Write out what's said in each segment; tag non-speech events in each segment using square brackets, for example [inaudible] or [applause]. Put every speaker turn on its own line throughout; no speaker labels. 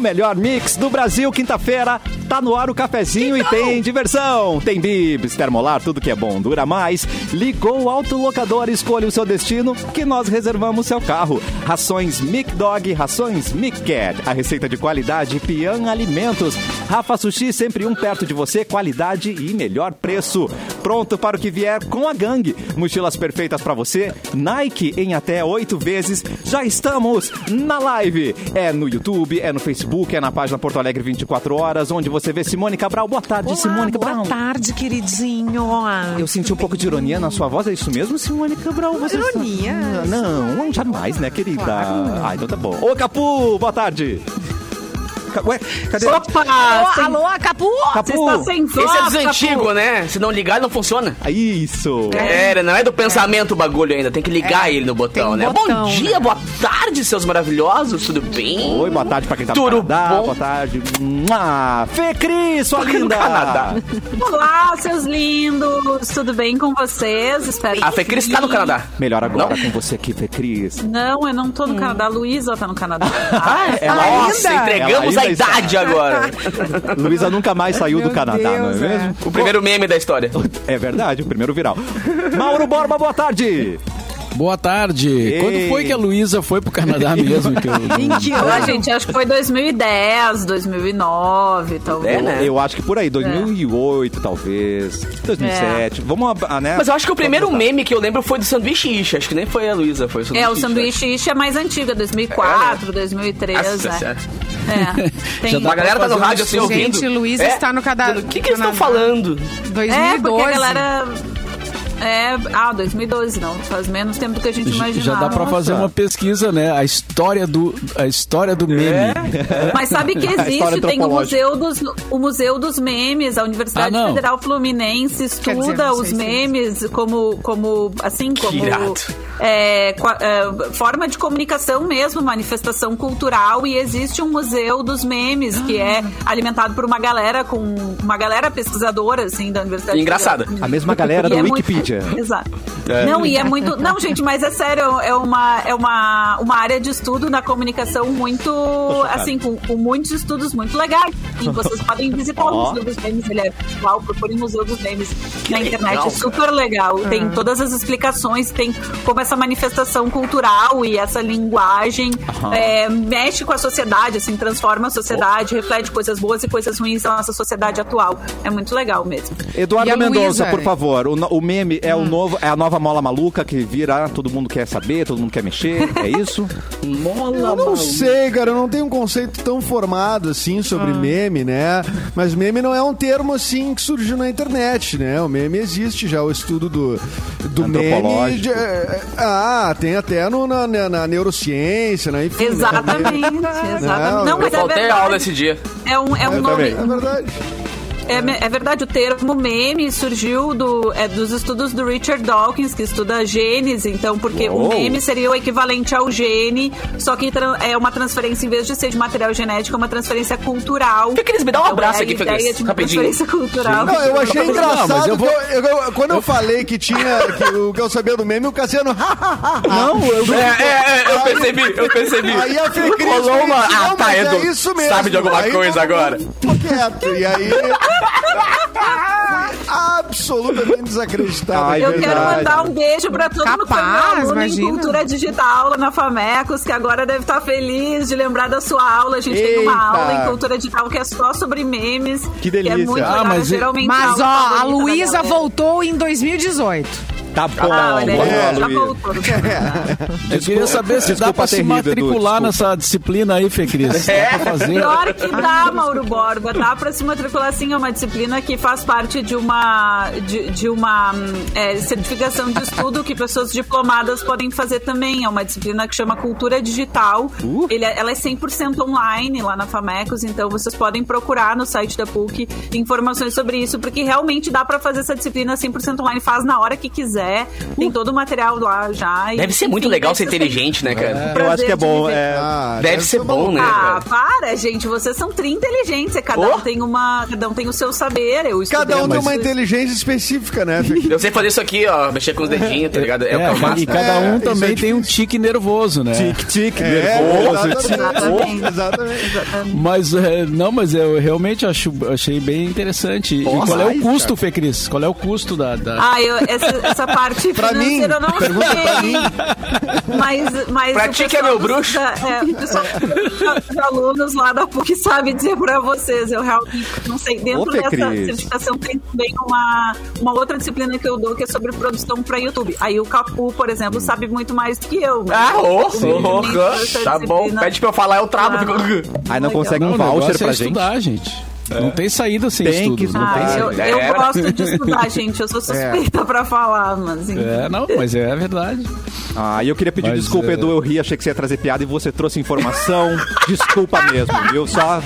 melhor mix do Brasil. Quinta-feira tá no ar o cafezinho e tem diversão. Tem bibs, termolar, tudo que é bom dura mais. Ligou o autolocador, escolha o seu destino que nós reservamos seu carro. Rações Mic Dog, rações Mic Cat. A receita de qualidade Pian Alimentos. Rafa Sushi, sempre um perto de você, qualidade e melhor preço. Pronto para o que vier com a gangue. Mochilas perfeitas para você, Nike em até oito vezes. Já estamos na live. É no YouTube, é no Facebook, é na página Porto Alegre 24 horas, onde você vê Simone Cabral. Boa tarde,
Olá,
Simone
boa
Cabral.
tarde, queridinho.
Eu senti um pouco de ironia na sua voz, é isso mesmo, Simone Cabral? Você está-
Ironia?
Não, não, jamais, né, querida? Ah, então tá bom. Ô, Capu, boa tarde. Ca- Ué, cadê?
Opa!
Alô,
sem-
alô, Capu! Você
Capu.
está sem voz,
tá
Esse é dos
Capu.
antigos, né? Se não ligar, ele não funciona.
Isso.
É, não é do pensamento o bagulho ainda, tem que ligar ele no botão,
Tem
né?
botão,
Bom dia, boa tarde, seus maravilhosos, tudo bem?
Oi, boa tarde pra quem tá no
Tudo
Canadá.
bom?
Boa tarde. Mua. Fê Cris, sua
Porque no
linda.
Canadá.
Olá, seus lindos! Tudo bem com vocês? Espero que
A Fê Cris
sim.
tá no Canadá.
Melhor agora
Não?
com você aqui, Fê Cris.
Não, eu não tô
Hum.
no Canadá. A Luísa tá no
[laughs]
Canadá.
é?
Ela-
Ah, Nossa,
Ah, ainda?
entregamos
Ela
a
Tá ainda está.
idade [laughs] agora.
Luísa nunca mais saiu do
Meu
Canadá,
Deus,
não é
é.
mesmo?
O primeiro meme da história.
É verdade, o primeiro viral. Mauro Borba, boa tarde.
Boa tarde. Quando foi que a Luísa foi pro
[laughs]
Canadá mesmo? Que eu...
Em que
é?
Ah,
ano?
gente, acho que foi 2010, 2009, talvez.
É, né?
Eu acho que por aí, 2008 talvez, 2007. Vamos, ah, né?
Mas eu acho que o primeiro meme que eu lembro foi do sanduíche Isha, acho que nem foi a Luísa, foi o sanduíche
É, o
Isha.
sanduíche Ishi é mais antigo, é 2004, 2003,
Nossa,
né?
certo. [laughs]
É, tem...
Já
A galera tá no rádio assim ouvindo.
Gente, Luísa está no Canadá.
O que, que eles estão
Canadá.
falando?
2012.
É, porque a galera... É, ah, 2012 não, faz menos tempo do que a gente imaginava.
Já dá pra fazer uma pesquisa, né? A história do, a história
É?
do meme.
Mas sabe
[laughs]
que
A história
existe, tem o
antropológica.
museu, dos, o museu dos Memes, a Universidade
Ah, não.
Federal Fluminense
Quer dizer,
estuda
não sei
os
se é
memes como, como assim, como
irado.
é, qua- é, forma de comunicação mesmo, manifestação cultural e existe um museu dos memes que é
Ah.
alimentado por uma galera com uma galera pesquisadora assim da Universidade
Engraçada.
Federal.
A mesma galera
E
do
é muito-
Wikipedia.
[laughs] Exato. Não, e é muito. Não, gente, mas é sério, é uma, é uma, uma área de estudo na comunicação muito.
chocado.
Assim, com, com muitos estudos muito legais. E vocês podem visitar
Ó.
o Museu dos Memes, ele é virtual, procurem o Museu dos Memes na internet.
legal,
é super legal. Tem todas as explicações, tem como essa manifestação cultural e essa linguagem é, mexe com a sociedade, assim, transforma a sociedade, reflete coisas boas e coisas ruins da nossa sociedade atual. É muito legal mesmo.
E
Eduardo
a
Mendonça,
Luísa,
por
né?
favor. O, no- o meme é, o novo, é a nova mola maluca que vira, ah, todo mundo quer saber, todo mundo quer mexer. É isso?
Eu não sei, cara, eu não tenho um conceito tão formado assim
Ah.
sobre meme, né? Mas meme não é um termo assim que surgiu na internet, né? O meme existe já, o estudo do, do meme.
Antropológico.
de- eh, ah, tem até no, na, na- na neurociência, né? Enfim, né?
Exatamente,
Não,
exatamente. Não,
eu
Eu
mas é
faltei a aula
verdade.
esse dia.
É um, é um nome.
É verdade.
É, me- é verdade, o termo meme surgiu do, é, dos estudos do Richard Dawkins, que estuda genes, então, porque
Uou.
o meme seria o equivalente ao gene, só que tran- é uma transferência, em vez de ser de material genético, é uma transferência cultural.
Fê Cris, me dá um
Então,
abraço
é a
aqui, Fê
ideia
Cris,
de uma
rapidinho.
transferência cultural.
Não, eu achei
Não, mas
engraçado.
eu vou-
que eu- eu- quando eu falei que tinha. que o que eu sabia do meme, o Cassiano. [laughs] não, eu
É, é, é, eu percebi, eu percebi.
Aí a Fê Cris
Rolou uma.
disse,
Ah,
"Não,
tá,
mas
Edu.
é isso mesmo.
Sabe de alguma
Aí
coisa
todo
agora?
mundo ficou quieto.
[laughs]
E aí... fui absolutamente desacreditado.
Ai,
Eu
verdade.
quero mandar um beijo pra todo mundo que foi meu
Capaz,
aluno
imagina.
em cultura digital na Famecos, que agora deve estar feliz de lembrar da sua aula. A gente tem uma
Eita.
aula em cultura digital que é só sobre memes.
Que delícia.
é muito
Ah,
legal,
mas e-
geralmente
Mas,
aula
ó, a
favorita da
Luísa
galera.
voltou em 2018.
Tá bom.
Ah, olha,
boa,
é, já
Luísa.
voltou.
Eu queria saber se
Desculpa
dá pra
ter
se
rido,
matricular
Edu, desculpa. É?
nessa disciplina aí, Fê Cris. Dá pra fazer.
Pior que dá, Mauro Borba, dá pra se matricular sim, é uma disciplina que faz parte de uma, de, de uma hum, é, certificação de estudo que pessoas diplomadas podem fazer também. É uma disciplina que chama Cultura Digital.
Uh.
Ele é- ela é 100% online lá na Famecos, então vocês podem procurar no site da PUC informações sobre isso, porque realmente dá pra fazer essa disciplina 100% online, faz na hora que quiser. quiser. Tem todo o material lá já. e,
Uh. Deve ser muito
enfim,
legal
deve
ser inteligente, né, cara?
Eu acho
prazer
que é
de
bom.
viver.
é,
Ah,
Deve ser bom, né?
Ah,
cara?
para, gente. Vocês são tri inteligentes. é Cada
Oh.
um tem uma. Cada um tem o seu saber. Eu estudei
Cada um tem
algumas
uma
coisas.
inteligência específica,
[laughs]
né? Fê?
Ah, Eu sei fazer isso aqui, ó, mexer com os dedinhos, tá ligado? É, o
É,
que eu faço.
e
né?
cada
É,
um
isso é
também tem um
difícil.
tique nervoso, né?
Tic-tic,
É,
nervoso.
exatamente.
assim,
Exatamente.
exatamente.
Exatamente.
Mas, é, não, mas eu realmente acho, achei bem interessante. E
Nossa,
qual é o
ai,
custo, Fê Cris? Qual é o custo da... da-
Ah, eu, essa, essa parte
Pra mim,
financeira eu não
pergunta
sei.
pra mim.
Mas, mas
Pra
o
ti que é
pessoal
meu
dos-
bruxo.
da- é, o pessoal dos alunos lá da PUC sabe dizer pra vocês. Eu realmente não sei. Dentro
Ô, Fê
dessa
Cris.
certificação tem também uma, uma outra disciplina que eu dou que é sobre produção pra YouTube. Aí o Capu, por exemplo, sabe muito mais do que eu.
Ah, oh,
O menino
oh,
dessa
oh, tá bom.
disciplina-
Pede pra eu falar, eu trabo.
Ah.
Aí não
Legal.
consegue
Não,
um
o
voucher
negócio é
pra gente. É.
estudar, gente. Não tem saída sem
Tem
estudo. né?
que
não tem
estudar.
Ah, eu,
saída.
eu
Era.
gosto de estudar, gente. Eu sou suspeita pra falar, mas. enfim.
É, não, mas é verdade.
Ah, e eu queria pedir
Mas,
desculpa,
é-
Edu. Eu ri, achei que você ia trazer piada e você trouxe informação. desculpa mesmo, viu? Só,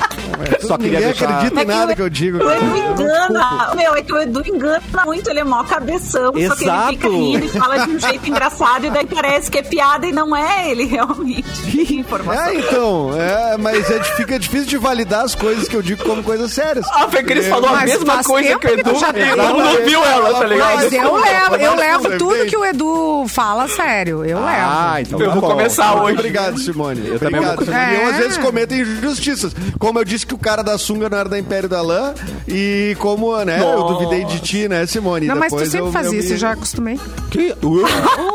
só queria
Ninguém
deixar...
acredita em nada que eu digo.
É O
cara.
Edu engana. Meu, é que o Edu engana muito, ele é mó cabeção. Só que ele fica
Exato.
rindo e fala de um jeito engraçado, e daí parece que é piada e não é ele realmente. Informação.
É, então, é, mas é, di- fica difícil de validar as coisas que eu digo como coisas sérias.
[laughs] Ah, Fê Cris falou a
Mas
mesma
faz
coisa
tempo
que o
que
Edu.
tu já
e
tem.
o Edu não viu ela, tá ligado?
Mas eu
desculpa,
levo, eu
mas
levo
não,
tudo
levei.
que o Edu fala sério. Eu levo.
Ah, então
Eu
tá
vou
bom.
começar hoje.
Obrigado, Simone.
Eu também
Obrigado,
vou-
Simone. Eu
É.
às vezes cometo injustiças. Como eu disse que o cara da sunga não era da Império da Lã, e como, né, eu
Nossa.
duvidei de ti, né, Simone?
Não, mas tu
Depois
sempre
eu-
faz
eu
isso,
me-
já acostumei.
Que, Uh,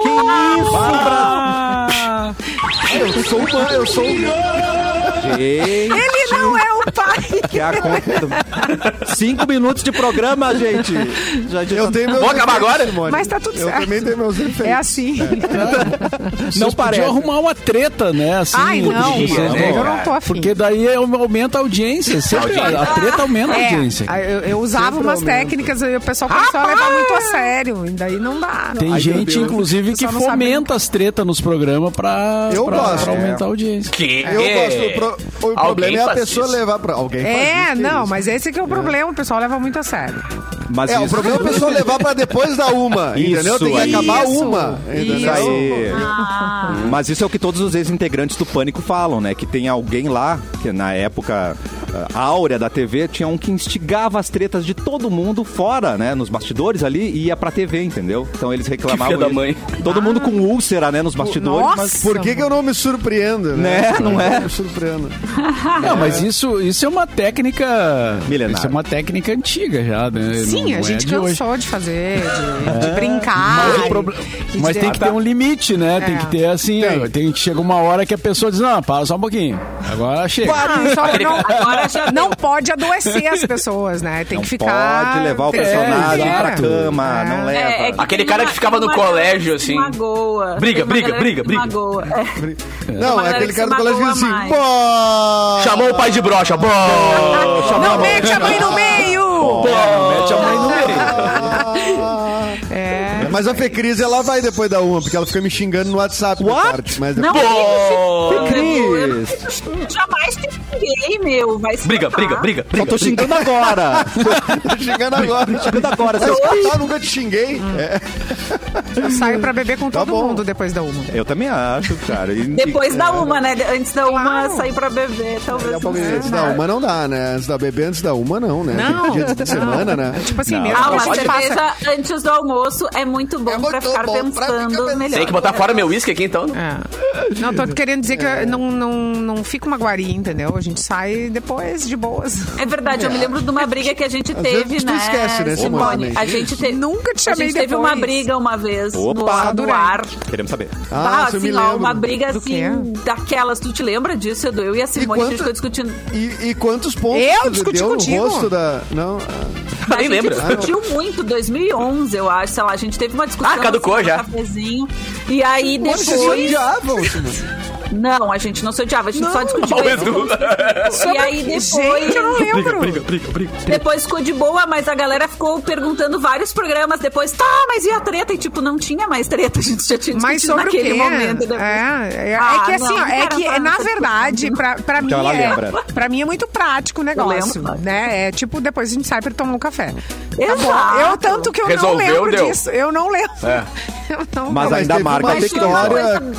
que isso,
Eu sou humano, eu sou humano.
Brasil? Gente,
Ele não é o pai.
[laughs]
que aconteceu? Cinco minutos de programa, gente. Já, já
Eu tenho meus
Vou acabar
defeitos,
agora?
Simone.
Mas tá tudo
eu
certo.
também tenho meus
[laughs]
defeitos.
É assim.
Não
parece.
podia arrumar uma treta, né? Assim,
Ai, não.
entre vocês, né?
Eu não tô afim.
Porque daí é- aumenta a audiência. Sempre a, a treta aumenta a audiência.
É, eu, eu usava
Sempre
umas
aumenta.
técnicas e o pessoal começou a levar muito a sério. E daí não dá.
Tem
meu
gente,
Deus.
inclusive,
O
que
pessoal não sabe
fomenta as tretas nos programas pra,
Eu
pra-
gosto.
pra aumentar a audiência.
Que?
Eu gosto. O, pro- o
É. Alguém
problema é a
faz
pessoa
isso.
levar pra. Alguém faz isso,
É É,
que
não,
isso.
mas esse que é o problema, o pessoal leva muito a sério.
Mas
É, o
isso-
problema é a pessoa levar pra depois da uma,
Isso
entendeu? Tem que
aí.
acabar
Isso,
uma. entendeu?
Isso aí.
Ah,
Mas isso é o que todos os ex-integrantes do Pânico falam, né? Que tem alguém lá, que na época ah, áurea da TV, tinha um que instigava as tretas de todo mundo fora, né? Nos bastidores ali e ia pra TV, entendeu? Então eles reclamavam.
filha da
eles-
mãe.
Todo
Ah.
mundo com úlcera, né? Nos bastidores.
Nossa!
Mas...
Por que, que eu não me surpreendo?
Né? Não é?
Eu me surpreendo.
Ah.
Não, mas isso, isso é uma técnica.
Milenar.
Isso é uma técnica antiga já, né? Não-
Sim,
não
a
é
gente
de hoje. É.
cansou de fazer,
[laughs]
de, de brincar.
Mas, o
e-
proble-
e
mas
de-
tem que ter um limite, né?
É.
Tem que ter assim,
Tem.
ó, tem que chega uma hora que a pessoa diz, não, para só um pouquinho. Agora chega.
Ah, só que não,
Agora já
não pode adoecer as pessoas, né? Tem
Não
que ficar.
pode levar o
tem que-
personagem
é,
pra
exato.
cama,
É.
não
é,
leva.
é que
Aquele
tem
cara
uma-
que ficava
tem
no
uma galera
colégio,
que se
assim.
Magoa.
Briga,
Tem uma
briga,
galera
briga,
que
briga.
Magoa. É.
Não,
Uma
é aquele
galera
cara
que
do
se
colégio que diz assim:
magoa
"Pô!"
Chamou o pai de brocha. Bom!
Não mete a mãe no meio!
Mete a mãe no meio.
É.
Mas a Fecris, ela vai depois da uma, porque ela fica me xingando no WhatsApp.
What?
Parte, mas
Não,
depois-
eu-
Cris.
eu- eu jamais te xinguei, meu. Vai se
Briga,
tratar.
briga, briga,
Só
briga.
tô xingando agora!
Tô te xingando agora.
xingando agora,
Mas
seus
eu nunca te xinguei. É.
Eu saio pra beber
Tá
com todo
bom.
mundo depois da uma.
[laughs]
Tipo
Eu também acho, cara. E-
Depois da uma, né? Antes da uma,
Claro.
sair pra beber, talvez.
Dá pra
não
beber
seja
Antes da
nada.
uma não dá, né? Antes da bebê, antes da uma não, né?
Não.
Tem Dia de semana, né?
Tipo assim,
Não.
mesmo
Ah,
que a
uma
gente
cerveja
faça.
antes do almoço é muito bom
É
pra
muito
ficar
bom pra ficar
pensando
pensando.
melhor.
Tem que botar fora meu uísque aqui, então.
É. Não, tô querendo dizer que
É.
eu não, não, não fica uma guaria, entendeu? A gente sai depois de boas.
É verdade, eu me lembro de uma briga que a gente teve,
vezes tu
né?
esquece, né, Simone?
A gente teve.
Nunca te
A
chamei
gente teve
depois.
uma briga uma vez
é, Opa!
um no, no ar.
Queremos saber.
Ah,
isso eu
assim,
me
ó,
lembro.
uma briga
Do quê?
assim, daquelas. Tu te lembra disso, Edu? Eu e a Simone, a
quanto-
gente ficou discutindo.
[laughs]
E, e quantos pontos
Eu
tu
discuti
deu
contigo.
no rosto da... Não, ah.
A gente
Nem lembro.
discutiu muito, 2011, eu acho, sei lá. A gente teve uma discussão.
Ah, caducou
assim, no
já.
Cafezinho, e aí
Vocês
um
depois...
odiavam, Simone.
Não, a gente não se odiava, a gente só discutia. isso. E aí depois.
[laughs] Gente, eu não lembro.
Depois ficou de boa, mas a galera ficou perguntando vários programas depois. Tá, mas e a treta? E tipo, não tinha mais treta, a gente já tinha discutido
Mas sobre o
naquele
quê?
momento. né?
É, é, é
Ah,
que assim,
não,
ó, é
cara,
que
fala
na
essa
verdade, pra, pra
Então
mim
ela
é,
lembra.
pra mim é muito prático o negócio,
lembro.
né? É tipo, depois a gente sai pra tomar um café.
Exato.
Eu tanto que eu
Resolveu,
não lembro
deu.
disso. Eu não lembro.
É.
[laughs] Eu não
Mas
lembro.
ainda
teve
marca
uma
a
Mas foi uma
vitória.
coisa-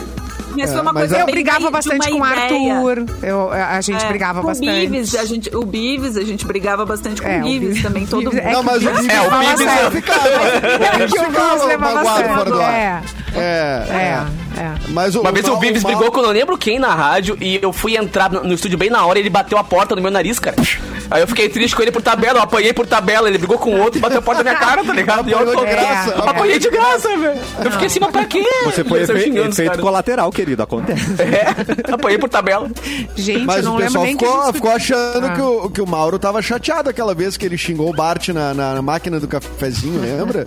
Mas foi uma
mas
coisa
eu
eu
bem de-
brigava
de uma
bastante com o
ideia.
Arthur. Eu, a a gente
É,
brigava
com o
bastante.
Bives, a gente, o Bives, a gente brigava bastante com
É,
o Bives também, todo
Bives-
mundo.
Não, mas o Bibi
É, o
fala
Bibi
sério,
não.
ficava.
É que o Bives
Ficava
levava
um magoado
sério.
fora do ar.
É,
É,
é,
é.
é.
Mas
Uma vez o
mal-
Vives
mal-
brigou com eu não lembro quem na rádio e eu fui entrar no no estúdio bem na hora e ele bateu a porta no meu nariz, cara. Aí eu fiquei triste com ele por tabela, eu apanhei por tabela, ele brigou com outro e bateu a porta na minha cara, tá ligado? E eu
Apanhou de
apanhei-
graça,
É, apanhei de graça, velho. Eu fiquei assim, mas pra quê?
Você foi
Eu saí
efe-
xingando os
efeito
caras.
colateral, querido, acontece.
É, apanhei por tabela.
Gente, eu
Mas
não
o
lembro
pessoal
nem que a
ficou,
gente
ficou achando
Ah.
que, o, que o Mauro tava chateado aquela vez que ele xingou o Bart na, na, na máquina do
[laughs]
cafezinho, lembra?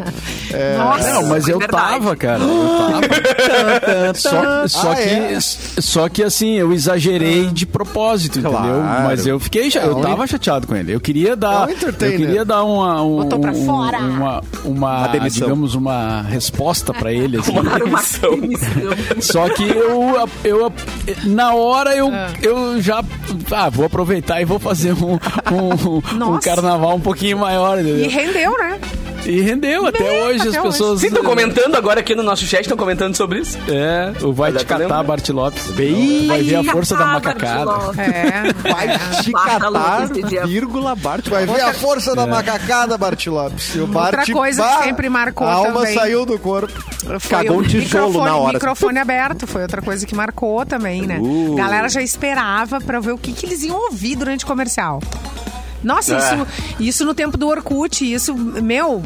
É,
Nossa,
Não, mas eu
verdade.
tava, cara.
[gasps]
Eu tava. só, só
Ah,
que,
é? Ah.
só que assim, eu exagerei de propósito, entendeu?
Claro.
Mas eu fiquei, cha- eu tava chateado com ele. Eu queria
um É
dar,
um entertainer.
eu queria dar uma, um-
Botou pra
um-
fora.
uma, uma,
Uma demissão.
digamos, uma resposta pra ele.
[laughs]
assim.
Tomaram uma ação.
Só que eu, eu na hora eu, eu já ah, vou aproveitar e vou fazer um, um- um,
Nossa.
carnaval um pouquinho maior.
E
entendeu?
rendeu, né?
E rendeu até
Bem,
hoje
até
as
hoje.
pessoas.
Sim, estão comentando agora aqui no nosso chat, estão comentando sobre isso.
É, o vai
Olha,
te
tu
catar,
lembra?
Bart Lopes.
Bem-
vai ver a força da macacada.
[laughs]
É.
Vai te
Bata,
catar,
Lucas, Tá esse dia.
vírgula, Bart.
Vai ver a força da macacada, Bart Lopes. E o Bart,
coisa que
bah,
sempre marcou
A alma
também.
saiu do corpo.
Foi
Cagou
o
um tijolo
microfone,
na hora.
microfone aberto foi outra coisa que marcou também, né?
Uh.
Galera já esperava pra ver o que, que eles iam ouvir durante o comercial.
É.
Nossa, isso, isso no tempo do Orkut, isso, meu,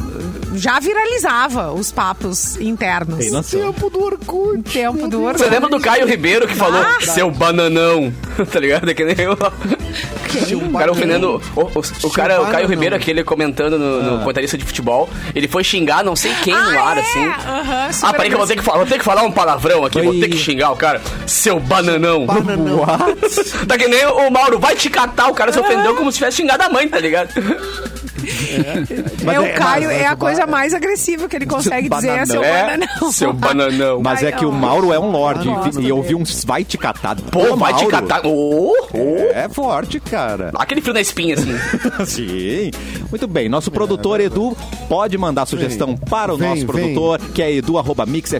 já viralizava os papos internos.
Tem noção.
Tempo do Orkut.
Tempo do Orkut.
Você lembra do Caio Ribeiro que falou, seu bananão, [laughs] tá ligado? É que nem eu. O cara ofendendo. O, o- o cara, o Caio
bananão.
Ribeiro, aquele comentando no, no comentarista de futebol, ele foi xingar não sei quem no
Ah,
ar,
é?
assim.
Aham, super
Ah, peraí que eu vou ter que falar, vou ter que falar um palavrão aqui, vou
Oi.
ter que xingar o cara. Seu bananão. [laughs]
Bananão.
Tá que nem o Mauro, vai te catar, o cara se ofendeu como se tivesse xingado a mãe, tá ligado?
Mas
Meu
é-
Caio
mas-
é a coisa mais
[laughs]
agressiva que ele consegue dizer é seu
É,
bananão.
seu bananão.
Mas é
Ai,
que o
ó.
Mauro é um lorde.
Gosto
enfim, E eu vi um vai te catar.
Pô, vai
Mauro,
te catar. Ô, ô.
É forte, cara.
Aquele frio na espinha, assim.
[laughs] Sim. Muito bem. Nosso produtor Edu pode mandar sugestão para o
Vem,
nosso
vem.
produtor, que é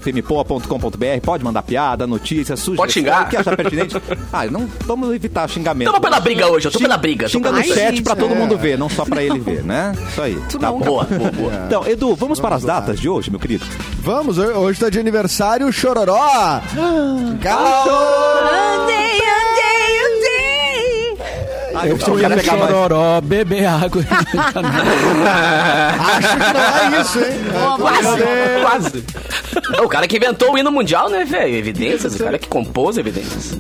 edu.mixfmpoa.com.br. Pode mandar piada, notícia, sugestão.
xingar.
O que achar
[laughs]
pertinente. Ah, não, vamos evitar xingamento.
Tamo pela briga hoje, eu tô
Xinga-
pela briga, tô
Xinga
pela
no
briga.
chat
Ai,
pra
gente,
todo
é.
mundo ver, não só pra ele ver, né? Isso aí.
Tu
Tá
não,
bom.
Boa, boa, boa.
Então, Edu, vamos para as datas de hoje, meu querido.
Vamos, ho- hoje tá de aniversário o
[gasps]
Chororó. Gato!
Andei, andei, andei.
eu
Eu ia chororó, beber água.
Acho que não é isso, hein?
Quase, quase. É o cara que inventou o hino mundial, né, velho? Evidências, o cara que compôs evidências.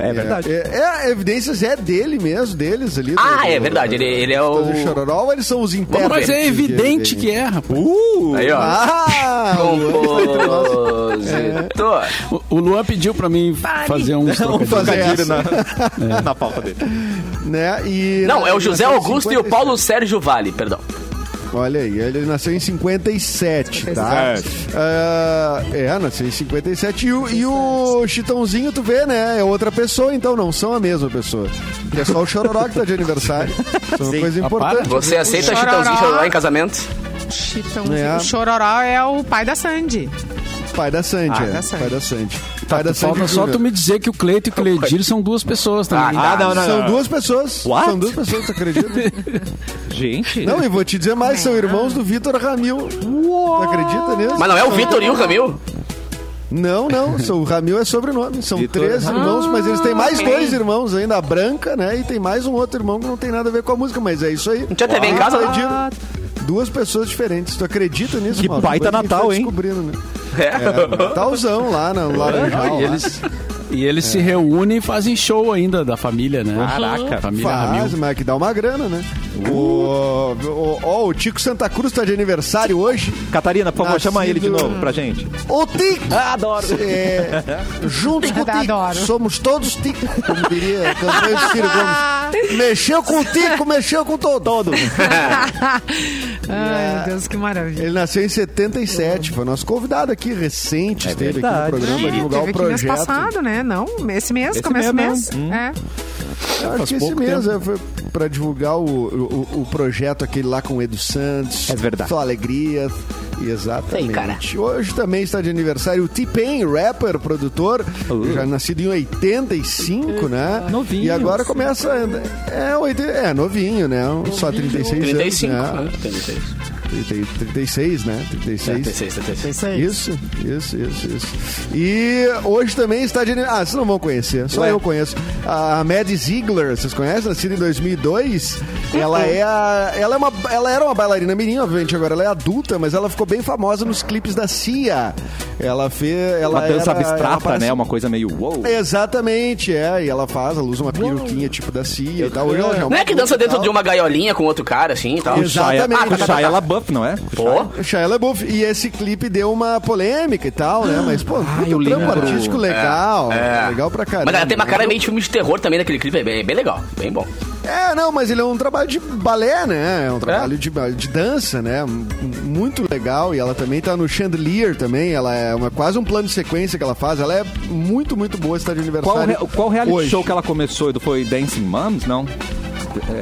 É verdade.
É, é, evidências é dele mesmo, deles ali.
Ah, é verdade, ele- ele é o-
Do Chororó ou eles são os intérpretes?
Mas é evidente que é, rapaz.
Uh!
Aí, ó.
Ah!
Compositor.
O- O Luan pediu pra mim fazer um
Vamos
[laughs]
fazer
Trocadilho
essa,
na, na pauta dele.
né? E
Não, é o José
nasceu em
Augusto e o
57.
Paulo Sérgio Vale, perdão.
Olha aí, ele nasceu em 57, tá? Ah, é, nasceu em 57. E o, e o Chitãozinho, tu vê, né? É outra pessoa, então não são a mesma pessoa. É só o Chororó que tá
[laughs]
de aniversário. Isso é uma coisa
Ah, para.
importante.
Você aceita
Chororó.
Chitãozinho e Chororó em casamento?
Chitãozinho.
É.
O Chororó é o pai da Sandy.
Pai da Sandy,
Ah,
é.
tá
da Sandy.
Pai da Sandy. Pai da Sandy
Falta só
Júnior.
Tá, tu me dizer que o Cleito e o Cleidir são duas pessoas também. né?
Ah, não, não,
São
não.
duas pessoas.
What?
São duas pessoas, tu acredita?
Gente.
Não, e vou te dizer mais, são irmãos do Vitor Ramil. Tu acredita nisso?
Mas não é o Vitor e o Camil?
Não, não. são- o Ramil é sobrenome. São
Vitor
três
Ramil.
irmãos, mas eles têm mais dois irmãos ainda, a Branca, né? E tem mais um outro irmão que não tem nada a ver com a música, mas é isso aí.
Não tinha TV em casa, não?
Acredito. Duas pessoas diferentes. Tu acredita nisso,
Que
Mauro?
baita
Depois a gente
Natal,
foi
hein?
Descobrindo, né?
É.
Natalzão lá na Laranjal.
E
lá.
eles, e eles se reúnem e fazem show ainda da família, né?
Caraca.
Família Ramil.
Faz, mas que dá é uma grana, né? O, o, ó, o Tico Santa Cruz tá de aniversário hoje.
Catarina, por favor, chama ele de
Nascido-
novo pra gente.
O Tico!
adoro.
É, junto
[laughs]
com o Tico,
Adoro.
somos todos Tico, como diria a canção de Ciro Gomes. Mexeu com o Tico, mexeu com todo.
Todo.
Ai, meu Deus, que maravilha.
Ele nasceu em 77, foi nosso convidado aqui recente, esteve aqui no
verdade.
programa pra
É,
divulgar
teve
o
aqui mês
projeto.
passado, né? Não, esse mês,
Esse
começo do
mês,
mês.
né?
É.
Eu acho que esse
pouco
mês
tempo.
é, foi pra divulgar o, o, o projeto aquele lá com o Edu Santos.
É verdade.
Só alegria. Exatamente. Hoje também está de aniversário o T-Pain, rapper, produtor, já nascido em 85, né?
Novinho.
E agora começa... É, oito- é novinho, né? Só 36
35,
anos, né?
né? 36.
30 36, né? 36.
36, 36.
Isso, isso, isso, isso. E hoje também está de. Ah, vocês não vão conhecer, só
Ué.
eu conheço. A Maddie Ziegler, vocês conhecem? Nascida em 2002. Ela é a, ela, é uma, ela era uma bailarina menina, obviamente, agora ela é adulta, mas ela ficou bem famosa nos clipes da Cia. Ela fez. Ela
Uma dança
era- ela
abstrata,
parece-
né? Uma coisa meio wow.
Exatamente, é. E ela faz, ela usa uma peruquinha tipo da Cia e tal. Hoje ela já
Não é que dança dentro de uma gaiolinha com outro cara, assim e tal.
Exato.
Shia,
exatamente.
ah, com Shia LaBeouf, não é?
Pô,
Shia LaBeouf. E esse clipe deu uma polêmica e tal, né? Mas, pô, puta,
Ah, eu
um trampo
lembro.
artístico legal. É Legal pra caramba.
É, Mas ela tem uma
né?
cara meio de filme de terror também naquele clipe, é bem, é bem legal, bem bom.
É, não, mas ele é um trabalho de balé, né? É um trabalho de, ba- de dança, né? M- Muito legal. E ela também tá no Chandelier também. Ela é uma, quase um plano de sequência que ela faz. Ela é muito, muito boa. Está de
Qual,
aniversário.
re- qual reality
hoje.
show que ela começou, Edu? Foi Dancing Moms? Não?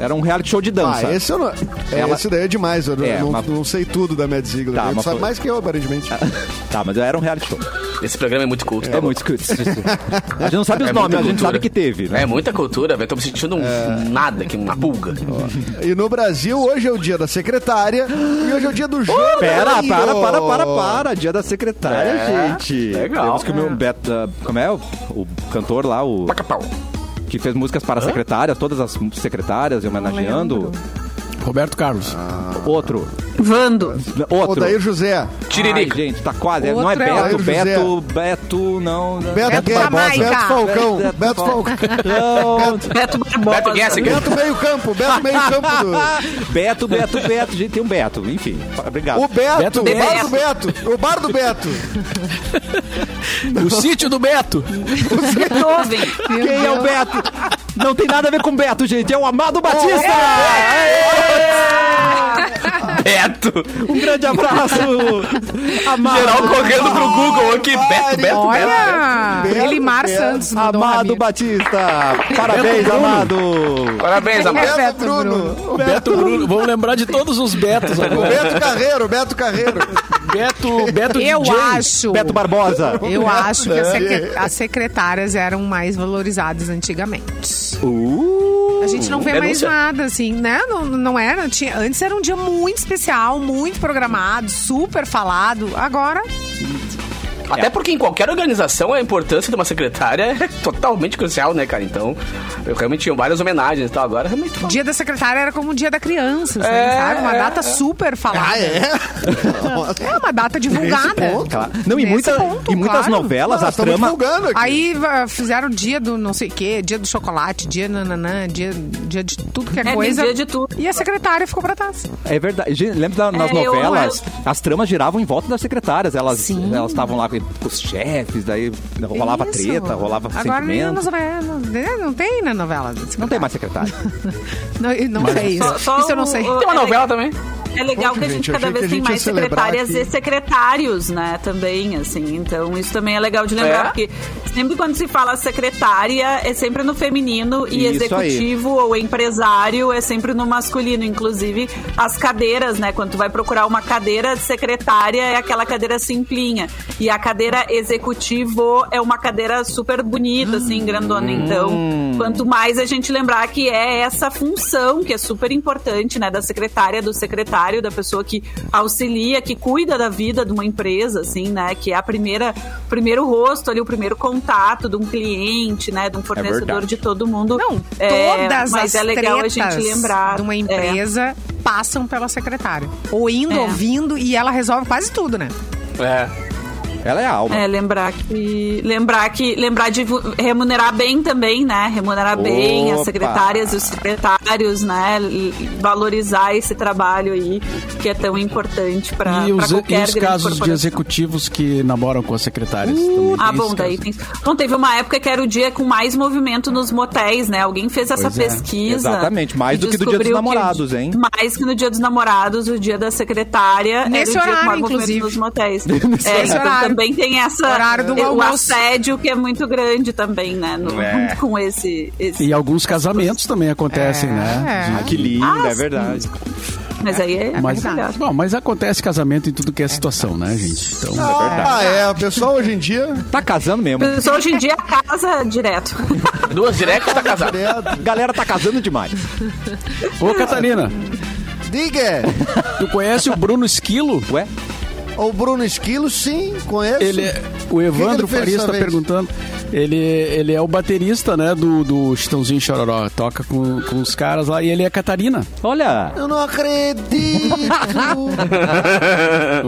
Era um reality show de dança.
Ah, esse eu não. É,
Ela-
Esse daí é demais. Eu
É,
não,
mas-
não sei tudo da Mad Ziegler.
Tá,
Ele
mas
sabe
foi-
mais que eu, aparentemente.
Tá, mas era um reality show.
Esse programa é muito culto,
É,
tá
muito
[laughs]
escuro. A gente não sabe os
É
nomes,
muita
a gente
cultura.
sabe que teve, né? É.
É muita cultura, velho. Tô me sentindo um nada aqui, uma pulga.
E no Brasil, hoje é o dia da secretária e hoje é o dia do jogo.
Pera, para, para, para, para. Dia da secretária, gente.
É, legal.
Temos que o meu Beto. ah, Como é? O, o cantor lá, o.
Paca-pau.
Que fez músicas para secretárias, todas as secretárias e homenageando.
Roberto Carlos.
Outro.
Vando.
Outro.
Odair José.
Ai,
Tiririca.
gente, tá quase. é- Não é
Outro é o
Beto,
Odair José.
Beto, Beto, não. não.
Beto,
Beto
Beto,
Jamaica.
Beto Falcão. Beto,
Beto
Falcão.
Não.
Beto Barbosa.
Beto é Gessinger.
Beto meio campo. Beto meio campo.
[laughs]
do-
Beto, Beto, Beto. Gente, tem um Beto. Enfim, obrigado.
O
Beto
Beto. o bar do Beto. O bar do Beto.
O sítio do Beto.
Beethoven.
Meu
Quem é o
Deus.
Beto? Não tem nada a ver com o Beto, gente. É o Amado Batista.
Beto.
Um grande abraço. Amado.
Geral correndo pro Google aqui. Beto, Beto, Beto.
Olha!
Beto,
Elimar
Beto.
Santos mandou um
Amado
amigo.
Ah, Batista. Parabéns, Amado.
Parabéns, amor.
É Beto,
Beto
Bruno. O Beto.
Beto Bruno. Vamos lembrar de todos os Betos
O [laughs]
agora.
Beto Carreiro, o Beto Carreiro.
Beto, Beto
Eu
DJ.
acho.
Beto Barbosa.
Eu acho que as,
É.
secre- as secretárias eram mais valorizadas antigamente.
Uh,
A gente não vê mais
denúncia.
nada, assim, né? Não, não era. Tinha, antes era um dia muito especial, muito programado, super falado. Agora,
Até porque em qualquer organização a importância de uma secretária é totalmente crucial, né, cara? Então, eu realmente tinha várias homenagens e tal. Agora, realmente.
o dia da secretária era como o dia da criança, assim, sabe? Uma data super falada.
Ah, é?
É uma data divulgada.
ponto,
claro. Não, e,
Nesse
muita,
ponto,
e muitas
claro.
novelas,
Nós
a
estamos
trama.
divulgando aqui.
Aí ah, fizeram dia do não sei o quê, dia do chocolate, dia nananã, dia, dia de tudo que é,
É, tem
coisa.
dia de tudo.
E a secretária ficou pra trás.
É verdade. Gente, Lembra da- nas
É, eu-
novelas? As tramas giravam em volta das secretárias. Elas
Sim.
elas estavam lá com com os chefes, daí rolava
Isso.
treta, rolava
Agora nem
sentimento.
nas novelas, né? Não tem na novela. [laughs]
Não tem mais secretária.
Não, eu não sei isso.
Só- só
isso eu não
o-
sei.
o-
Tem uma
É
novela também.
É legal
Poxa,
que a gente
gente,
cada
achei que
vez
a
tem
gente ia
mais
celebrar
secretárias
aqui.
e secretários, né? Também, assim. Então, isso também é legal de lembrar,
É?
porque sempre quando se fala secretária, é sempre no feminino e
Isso aí.
executivo ou empresário é sempre no masculino. Inclusive, as cadeiras, né? Quando tu vai procurar uma cadeira secretária, é aquela cadeira simplinha. E a cadeira executivo é uma cadeira super bonita, assim, grandona. Então, quanto mais a gente lembrar que é essa função que é super importante, né? Da secretária, do secretário, da pessoa que auxilia, que cuida da vida de uma empresa, assim, né? Que é a primeira, primeiro rosto ali, o primeiro contato de um cliente, né? De um fornecedor
verdade.
de todo mundo.
Então, Não,
É,
todas
mas
as
é legal a
tretas
gente lembrar.
de uma
É.
empresa passam pela secretária. Ou indo,
É. [laughs]
ouvindo, e ela resolve quase tudo, né?
É.
Ela é a alma.
É, lembrar que. Lembrar que. Lembrar de vo- remunerar bem também, né? Remunerar bem as
Opa!
secretárias e os secretários, né? E valorizar esse trabalho aí, que é tão importante para
E os, e
Ah, qualquer
os
grande
casos de
corporação.
executivos que namoram com as secretárias também.
Ah,
tem
bom,
esse
daí
caso.
tem. Bom, teve uma época que era o dia com mais movimento nos motéis, né? Alguém fez essa
Pois é,
pesquisa.
exatamente. Mais
e
do que do Dia dos
descobriu que o
Namorados,
di-
hein?
Mais que no dia dos namorados, o dia da secretária.
Nesse
era o dia com
horário,
maior
inclusive.
movimento nos
[laughs]
motéis.
Nesse
é, então
horário.
também tem essa.
Horário do
o
almoço.
assédio que é muito grande também, né? No,
É.
[laughs] Com esse. esse-
E alguns casamentos também acontecem,
É.
né?
É.
De-
Ah, que linda,
Ah,
é verdade.
Mas aí é,
Mas,
maravilhoso.
bom, mas acontece casamento em tudo que é situação, né, gente? Então,
Ah, é. O pessoal hoje em dia.
Tá casando mesmo.
A pessoa hoje em dia casa direto.
[laughs]
Duas diretas tá casado.
Direto.
Galera tá casando demais.
ô Catarina,
Diga! é.
tu conhece o Bruno Esquilo?
Ué?
O Bruno Esquilo, sim, conheço.
Ele, é- o Evandro
que ele fez
Farias
dessa
tá
vez?
perguntando. Ele, ele é o baterista, né, do, do Chitãozinho Chororó. Toca com, com os caras lá e ele é a Catarina.
Olha.
Eu não acredito!
O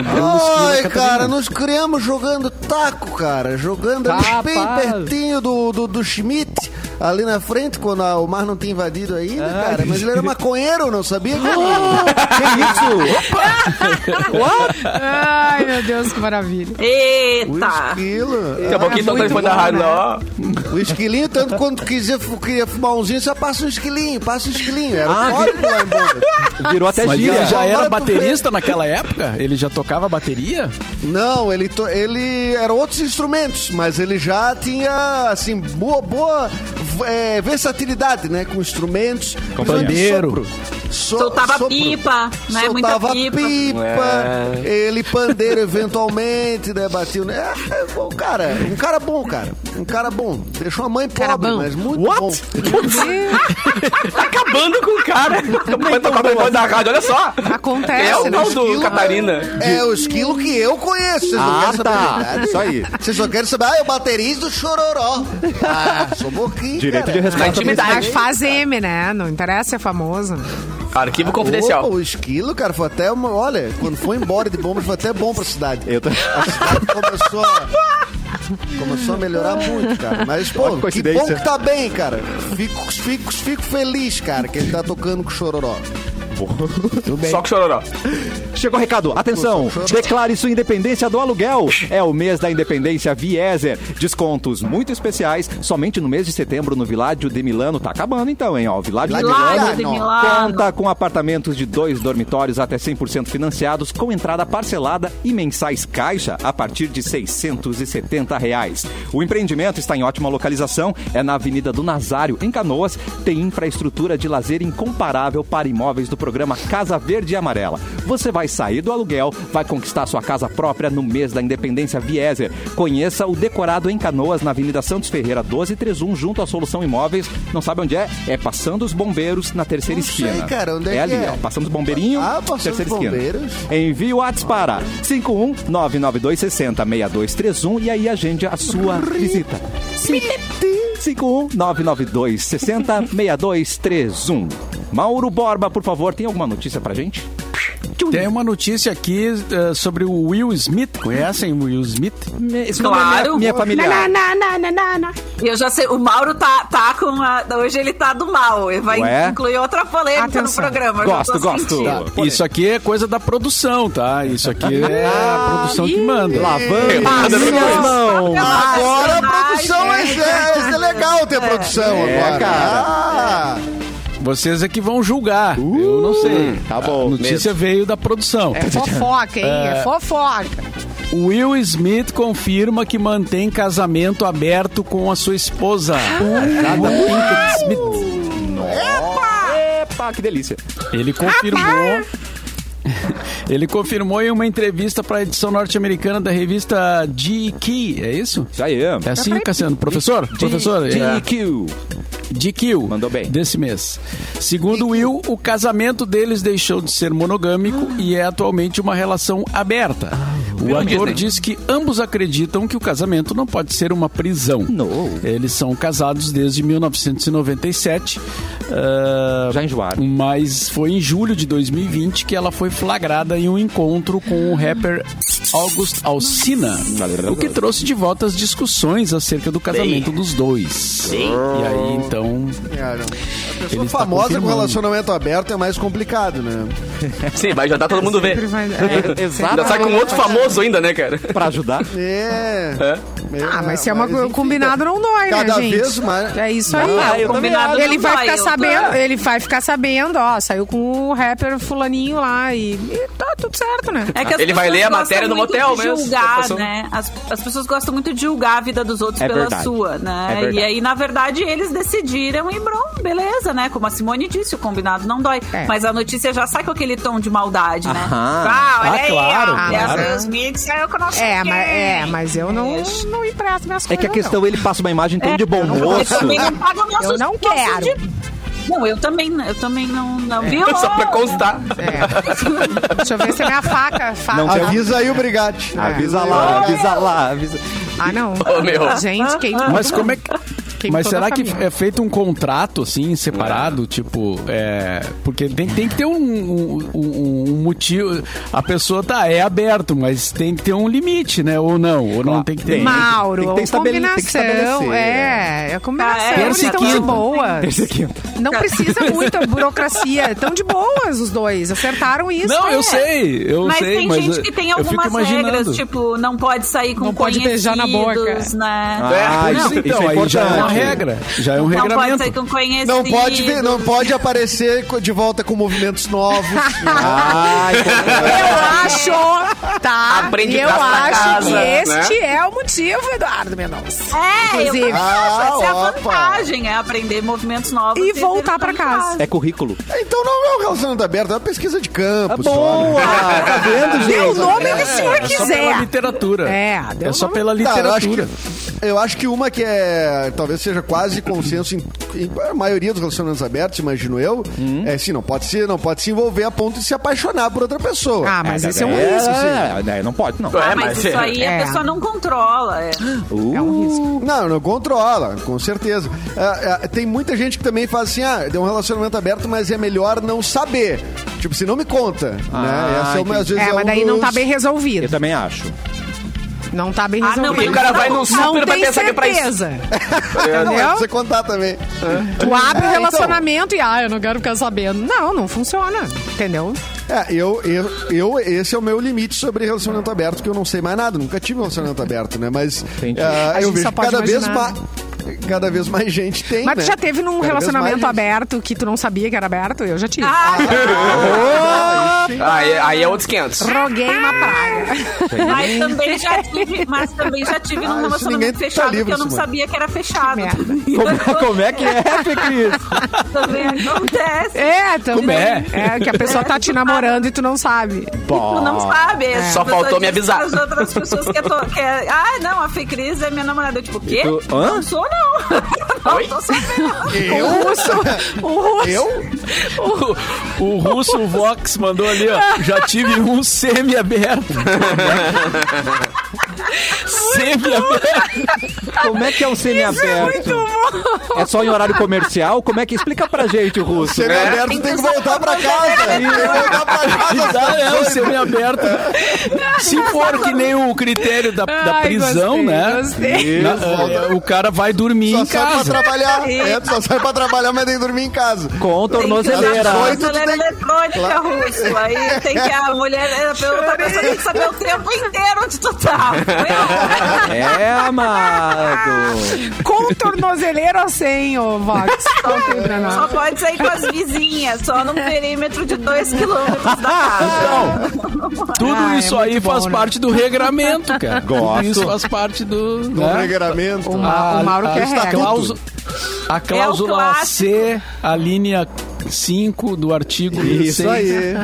Bruno Esquilo é
Ai,
a Catarina.
cara, nos criamos jogando taco, cara. Jogando ali
Rapaz.
bem pertinho do, do, do Schmidt, ali na frente, quando a- o mar não tinha invadido ainda, cara. Mas ele era maconheiro, não sabia?
Que
Ai, meu Deus, que maravilha.
O
Eita!
esquilo.
Daqui a pouquinho tá o
muito
telefone da
bom,
rádio
né?
lá, ó.
O esquilinho, tanto quando quiser fu- queria fumar umzinho, só passa um esquilinho, passa um esquilinho. Era o código lá em Boulder.
isso? Virou até
Mas
gíria.
ele já
Agora
era
tu
baterista naquela época? Ele já tocava bateria?
Não, ele, to- ele era outros instrumentos, mas ele já tinha, assim, boa, boa é, versatilidade, né? Com instrumentos. principalmente
pandeiro.
sopro. So-
Soltava
sopro.
pipa, né?
Soltava
Muita pipa.
pipa, ele pandeiro eventualmente, né? Batia. o- É, é bom, cara, um cara bom, cara. Um cara bom. Deixou a mãe pobre,
bom.
mas muito bom.
Tá acabando com o cara. Vai tocar o telefone da rádio, olha só.
Acontece,
É o
né?
tal do Catarina.
É o esquilo que eu conheço. Vocês não
Ah,
querem saber a
tá.
verdade?
Isso aí.
Vocês só querem saber, ah, é o baterista do Chororó. Ah, sou boquinho,
Direito
cara.
de
Na
resposta.
Mas
intimidade.
faz M, né? Não interessa ser famoso.
Arquivo
Opa,
confidencial.
o esquilo, cara, foi até uma. Olha, quando foi embora de bomba, foi até bom pra cidade.
Eu tô...
A cidade começou a. Começou a melhorar muito, cara. Mas,
Olha
pô,
que
que
coincidência.
bom que tá bem, cara. Fico, fico, fico feliz, cara, que ele tá tocando com o Chororó.
Só que chororó.
Chegou o recado, atenção! Declare sua independência do aluguel. É o mês da independência Vieser. Descontos muito especiais, somente no mês de setembro no Viládio de Milano. Tá acabando então, hein? Ó, Viládio de
Viládio
Milano.
Milagre de
Milano.
Milagre.
Conta com apartamentos de dois dormitórios até 100% financiados, com entrada parcelada e mensais caixa a partir de R$ 670 reais. O empreendimento está em ótima localização, é na Avenida do Nazário, em Canoas, tem infraestrutura de lazer incomparável para imóveis do programa Casa Verde e Amarela. Você vai sair do aluguel, vai conquistar sua casa própria no mês da Independência Vieser. Conheça o Decorado em Canoas, na Avenida Santos Ferreira 1231, junto à Solução Imóveis. Não sabe onde é? É passando os bombeiros na terceira terceira
Não sei,
esquina.
cara, onde é que
ali,
é?
ó. Passamos bombeirinho,
Ah, passamos
terceira esquina.
bombeiros.
Envie o WhatsApp para 51992606231 e aí agende a sua visita. 51992606231. Mauro Borba, por favor, tem alguma notícia pra gente?
Tem uma notícia aqui eh, sobre o Will Smith. Conhecem o Will Smith?
Claro.
Minha familiar.
E eu já sei, o Mauro tá, tá com a. Hoje ele tá do mal. Ele vai
Ué?
incluir outra polêmica
Atenção.
no programa. eu já
Gosto,
tô
gosto.
sentindo.
Tá. Polêmica.
Isso aqui é coisa da produção, tá? Isso
[laughs]
aqui é a produção que manda.
É.
Lavando as
Nada
minhas
depois.
mãos.
Agora a produção é,
Ai,
é, é legal ter produção
É,
agora.
cara.
Ah.
Vocês é que vão julgar. Eu não sei.
Uh, tá bom,
A notícia veio da produção.
É fofoca, hein? É, fofoca.
Will Smith confirma que mantém casamento aberto com a sua esposa.
Ah.
Jada
Uh.
Pinkett Smith.
Epa, que delícia.
Ele confirmou. [laughs] Ele confirmou em uma entrevista para a edição norte-americana da revista GQ, é isso?
Isso aí.
É assim, Cassiano? Professor? Professor? é.
GQ.
GQ.
Mandou bem.
Desse mês. Segundo Will, o
Ah,
casamento deles deixou de ser monogâmico e é atualmente uma relação aberta. O
Virou
ator
Disney.
diz que ambos acreditam que o casamento não pode ser uma prisão.
Não.
Eles são casados desde 1997. ah,
Já enjoaram.
Mas foi em julho de 2020 que ela foi flagrada em um encontro com o rapper August Alsina, o que trouxe de volta as discussões acerca do casamento dos dois. E aí, então,
Cara, a tá pessoa
Ele está
famosa com
confirmando.
relacionamento aberto é mais complicado, né?
Sim, vai já dá todo mundo
Sempre
ver.
vai- é,
Exato.
Ainda
sempre
sai com
vai-
outro famoso ainda, né, cara?
Pra
[laughs]
ajudar.
É.
Ah, mas se é uma
mas
coisa
enfim,
combinado não dói, né,
cada
gente?
vez mais-
É isso
Ah,
aí.
eu também
combinado
acho.
não
Ele vai
dói,
ficar
eu tô-
sabendo, ele vai ficar sabendo, ó, saiu com o rapper fulaninho lá e, e tá tudo certo, né?
É que as
Ele vai
pessoas
ler a
gostam
matéria no
muito
motel
de
mesmo.
Julgar,
Passou.
né? as, as pessoas gostam muito de julgar a vida dos outros
É
pela
verdade.
sua,
É
né?
verdade.
e aí, na verdade, eles decidiram e bom, beleza, né? Como a Simone disse, o combinado não dói.
É.
Mas a notícia já sai com aquele tom de maldade, né?
Aham.
Ah, olha
Ah,
aí,
claro,
ó,
claro.
Deus Mix saiu com o nosso
É,
quem.
mas, é, mas eu não, não empresto minhas coisas.
É que a
não.
questão, ele passa uma imagem tão de bom moço.
É, Eu também não pago nossos,
Eu não
nossos
quero.
di- Não, eu também, eu também não, não viu?
[laughs] Só pra constar.
É. Deixa eu ver se é minha faca. faca.
Não,
tá. Avisa aí o Brigatti.
Avisa lá, avisa lá, avisa.
Ah, não.
Ô, meu.
Gente, quem
Mas como é que.
Queimou
Mas
toda
será
a
que
família.
é feito um contrato, assim, separado? Tipo, é. Porque tem, tem que ter um, um- um- um motivo. A pessoa tá, é aberto, mas tem que ter um limite, né? Ou não? Ou não tem que ter.
tem.
Mauro,
Tem que
tem
ter
que
estabele- tem que estabelecer,
combinação. É, é combinação.
Ah, é,
eles
terça e
estão de
quinta.
boa.
Terça e quinta.
Não precisa muita burocracia. Estão de boas os dois. Acertaram isso.
Não, eu
É.
sei, eu
mas
sei,
tem
mas.
gente
eu-
que tem
eu fico
algumas
imaginando.
regras, tipo, não pode sair com
Não pode
conhecidos,
beijar na boca.
né?
Ah,
Isso,
isso, isso
então,
é
aí já é uma
importante.
regra. Já é um
não Então pode
regramento.
sair com conhecidos.
Não pode, ver- não pode aparecer co- de volta com movimentos
[laughs]
novos. É.
Ah, então-
Eu acho, tá?
Aprende
eu
graça na
acho
casa,
que
né?
este é o motivo, Eduardo Mendonça.
É,
Inclusive.
eu acho, essa é a
Ah, opa.
vantagem, é aprender movimentos novos.
E voltar pra
em
casa.
É currículo.
então não é um relacionamento aberto, é uma pesquisa de campo. só,
Boa!
né?
Tá vendo, gente?
Deu o nome que o senhor
É só
quiser.
pela literatura.
É, deu
é só
nome-
pela
Tá, eu, acho
literatura.
que, [laughs] eu acho que uma que é. Talvez seja quase consenso em, em a maioria dos relacionamentos abertos, imagino eu. É assim, não pode se, não pode se envolver a ponto de se apaixonar por outra pessoa.
Ah, mas esse é um risco.
É, né, não pode, não.
Ah, mas isso aí
É.
a pessoa não controla. é.
É um risco.
Não, não controla, com certeza. Ah, ah, tem muita gente que também faz assim, ah, tem um relacionamento aberto, mas é melhor não saber. Tipo, se não me conta, né? Essa é uma, às vezes,
É,
um
mas daí não tá
dos-
bem
Eu
resolvido.
também acho.
Não tá bem
Ah, não,
resolvido.
Porque o cara vai num
Não
super e vai
tem
pensar que é pra isso.
certeza.
Não,
Entendeu?
[laughs] é pra você contar também.
Tu abre o
[laughs] É,
relacionamento e, ah, eu não quero ficar sabendo. Não, não funciona. Entendeu?
É, eu, eu, eu, esse é o meu limite sobre relacionamento aberto, que eu não sei mais nada, nunca tive um relacionamento aberto, né? Mas
Entendi.
ah,
A
eu
gente
vejo
só
que
pode
cada vez
imaginar.
mais. Cada vez mais gente tem.
Mas tu
né?
já teve num
Cada vez
relacionamento
mais gente- Ah,
aberto que tu não sabia que era aberto? Eu já tive.
Ah.
Aí, aí é outros 500.
Roguei
ah,
uma praia.
Mas também já tive, mas também já tive
Ah,
num
isso ninguém
relacionamento
tá
fechado
livre,
que eu não
Simone.
sabia que era fechado. [laughs]
Que
Como, como é que é, Fê Cris?
Também acontece.
É, também.
Como é?
É, que a pessoa tá
[laughs]
te namorando e tu não sabe.
Tu não sabe. essa
É. Só
pessoa
faltou me
diz
avisar.
pras outras pessoas que, eu tô, que é, ah, não, a Fê Cris é minha namorada. Eu, tipo, o quê?
tu- hã?
Não sou, não. [laughs] Não tô sabendo.
Eu? [laughs]
O um russo.
Eu?
O, o russo Vox mandou ali, ó. Já tive um semi-aberto. semi-aberto.
Como é que é o semi-aberto? É só em horário comercial? Como é que... Explica pra gente, [laughs] Russo.
Chega aberto, tem que voltar pra casa. Tem que voltar pra casa.
Ah, é, o semi-aberto. Se for que nem o critério da, da
Ai,
prisão,
gostei,
né?
gostei.
Na- é, o cara vai dormir
Só
em
sai pra
casa.
trabalhar. É, tu só sai pra trabalhar, mas tem que dormir em casa.
Com tornozeleira.
Tem
Foi
que usar
tudo,
a
tem-
eletrônica, Russo. Aí tem que a mulher, a outra pessoa tem que saber o tempo inteiro onde tu
[laughs]
tá.
É, amado.
Com tornozeleira ou sem, ô
[laughs]
Vox? Conta aí pra
Só
nós.
pode sair com as vizinhas, só num perímetro de dois quilômetros da casa.
Tudo
Ah, é
isso
muito
aí
bom,
faz
né?
parte do regramento, [laughs] cara.
Gosto.
Tudo isso faz parte do...
Do
né? É
regramento.
O, Ma o Mauro
a-
quer
a
regra.
cláusu- ah, A cláusula
clássico.
C, a linha 5 do artigo
Isso
16.
aí.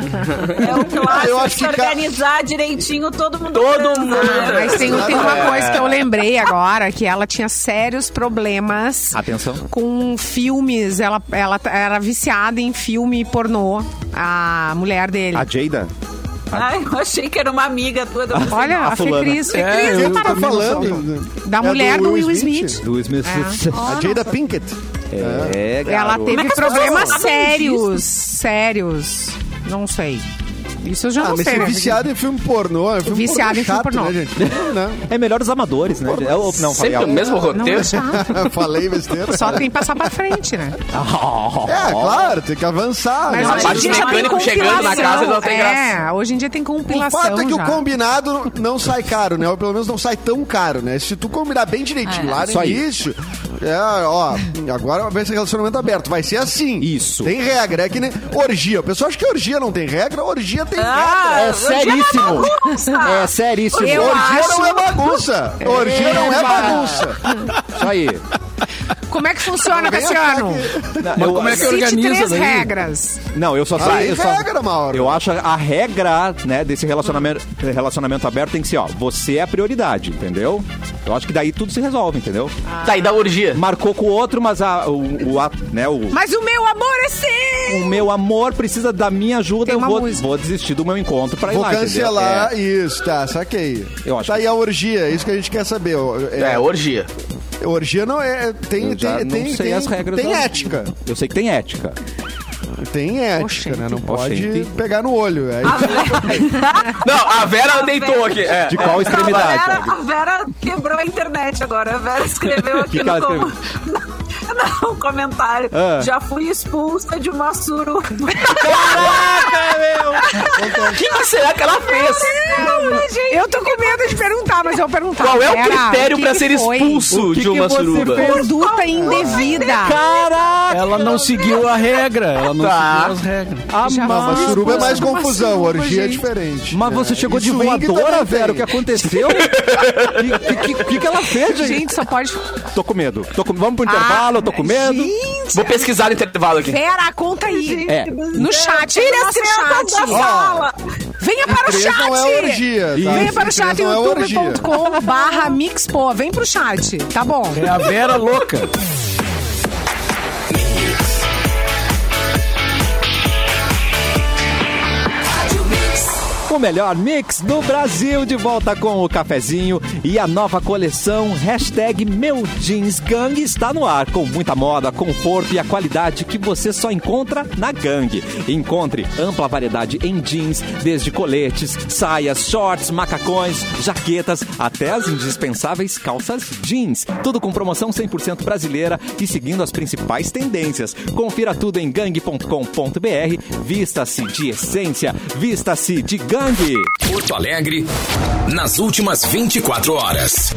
É o clássico,
Eu acho que
se
ca-
organizar direitinho, todo mundo
Todo
transa,
mundo
né?
transa.
Ah, Mas tem, tem uma coisa que eu lembrei agora, que ela tinha sérios problemas
Atenção.
com filmes. Ela, ela t- era viciada em filme pornô, a mulher dele.
A Jada?
Ai, eu achei que era uma amiga tua. eu
[laughs]
pensei,
Olha, a, Fê
fulana.
Cris. Fê
É,
Cris
eu
não tá
tá
também não sou,
falando
Da
É
mulher do Will Smith. Ah,
Do Smith.
A Jada Pinkett.
É,
Ela
garoto.
teve
Mas
problemas
não sabem
sérios. Sérios. Não sei. Isso eu já
Ah,
não
mas
sei.
ser
né?
viciado em filme pornô. É filme
Viciado
pornô
em filme
chato,
pornô.
Né, gente? Não,
É melhor os amadores, né? É, o- não,
Sempre o
Fabiano.
mesmo
Não,
roteiro.
é chato.
né? [laughs] Falei besteira.
Só tem que passar pra frente, né?
[laughs]
É, claro, tem que avançar.
Mas
né?
a
hoje em
parte
dia
do
já tem
mecânico chegando
compilação.
na casa não tem
é, hoje em dia tem
O
compilação
fato é
já.
que o combinado não sai caro, né? Ou pelo menos não sai tão caro, né? Se tu combinar bem direitinho lá
Isso
no
aí.
início, é, ó, agora vai ser relacionamento é aberto. Vai ser assim.
Isso.
Tem regra, é que nem orgia. O pessoal acha que orgia não tem regra, orgia tem
Ah,
É
eu já era
seríssimo.
bagunça.
É seríssimo.
regra.
eu
orgia não
acho-
é bagunça. Orgia não é
Eba.
bagunça.
Isso aí.
Como é que funciona,
Alguém
Cassiano?
Não,
Mas
eu,
como é que
Cite
organiza
três
daí?
regras.
não, eu só
Ah,
sei.
tem
Eu, só-
regra, Mauro.
eu acho a regra né, desse relacionamento, relacionamento aberto tem que ser, ó, você é a prioridade, entendeu? Eu acho que daí tudo se resolve, entendeu?
Tá, e da orgia.
Marcou com o outro, mas a, o, o, a- né, o,
Mas o meu amor é seu!
o meu amor precisa da minha ajuda,
Tem
eu
uma
vou,
música.
vou desistir do meu encontro pra ir
Vou
lá, entendeu?
cancelar
É,
isso, tá, saquei.
Eu acho
tá
que-
aí a orgia, é isso que a gente quer saber. ó,
É, orgia.
Orgia não é. Tem,
eu já
tem,
não
tem,
sei
tem,
as regras.
tem
da-
ética.
Eu sei que tem ética.
Tem ética,
Oxente.
né? Não pode
Oxente.
pegar no olho. Aí
Não, a Vera deitou aqui. É.
De qual extremidade?
A
Fábio?
Vera, a Vera quebrou a internet agora. A Vera escreveu aqui
Que que
no,
ela
com... [laughs] no comentário.
Ah.
Já fui expulsa de uma suruba.
O que, que será que ela fez?
Eu tô com medo de perguntar, mas eu vou perguntar.
Qual é o
Pera,
critério
que
pra
que
ser
foi?
expulso
O que
de uma
que você
suruba?
fez?
é
Conduta indevida.
Caraca!
Ela não seguiu a regra. Ela não
Tá.
seguiu as regras.
É, Já
amava.
Mas
fiz
suruba é
coisa
mais
numa
confusão,
suruba,
orgia é
gente.
diferente.
Mas
né?
você chegou
E
de
swing
voadora,
também
Vera? O
tem.
que é
[laughs]
aconteceu? O que, que, que, que
Tá
ela fez, gente?
Gente, só pode. Ah,
Tô com medo. Tô com- Vamos pro intervalo, eu tô com medo.
Gente,
Vou pesquisar no intervalo aqui.
Vera, conta aí.
É.
No chat,
Tira
no
as
nosso
crianças da
chat.
sala.
Venha para o
Três
chat.
não é orgia, tá?
Venha para o
Três
chat
não é orgia.
youtube.com barra mixpo. Vem pro chat, tá bom?
É a Vera louca.
O melhor mix do Brasil de volta com o cafezinho e a nova coleção hashtag Meu Jeans Gang está no ar com muita moda, conforto e a qualidade que você só encontra na Gang. Encontre ampla variedade em jeans, desde coletes, saias, shorts, macacões, jaquetas, até as indispensáveis calças jeans. Tudo com promoção 100% brasileira e seguindo as principais tendências. Confira tudo em gang.com.br. Vista-se de essência, vista-se de gangue.
Porto Alegre, nas últimas 24 horas.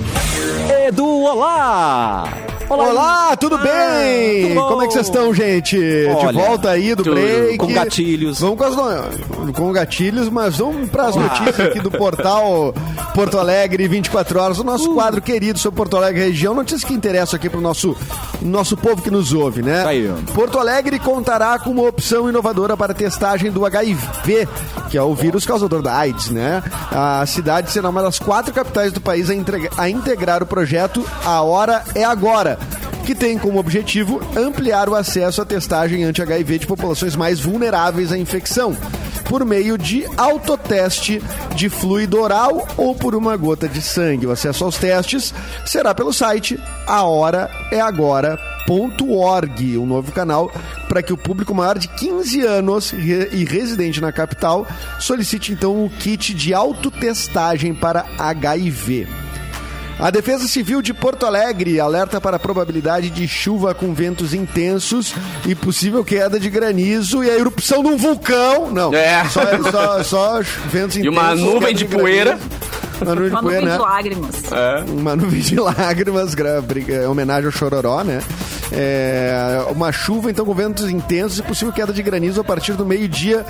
Edu, olá!
Olá, tudo
Ah,
bem?
Ah, tudo bom?
Como é que vocês estão, gente?
Olha,
de volta aí do
tudo,
break.
com gatilhos.
Vamos com as no- com gatilhos, mas vamos para as notícias aqui do portal Porto Alegre 24 horas, o
Uh.
nosso quadro querido sobre Porto Alegre e região, notícias que interessam aqui pro nosso nosso povo que nos ouve, né?
Tá Aí.
Porto Alegre contará com uma opção inovadora para testagem do HIV, que é o vírus causador da AIDS, né? A cidade será uma das quatro capitais do país a, entrega- a integrar o projeto A Hora é Agora, que tem como objetivo ampliar o acesso à testagem anti-HIV de populações mais vulneráveis à infecção, por meio de autoteste de fluido oral ou por uma gota de sangue. O acesso aos testes será pelo site A Hora é Agora org, um novo canal para que o público maior de 15 anos re- e residente na capital solicite então o kit de autotestagem para HIV. A Defesa Civil de Porto Alegre alerta para a probabilidade de chuva com ventos intensos e possível queda de granizo e a erupção de um vulcão. Não,
É.
só, só-
[laughs]
só ventos intensos.
E uma nuvem
queda
de poeira.
granizo. Uma nuvem de
Uma
poeira,
nuvem
né?
de lágrimas.
Uma nuvem de [laughs] lágrimas, gra- briga- é, homenagem ao Chororó, né? É, uma chuva, então, com ventos intensos e possível queda de granizo a partir do meio-dia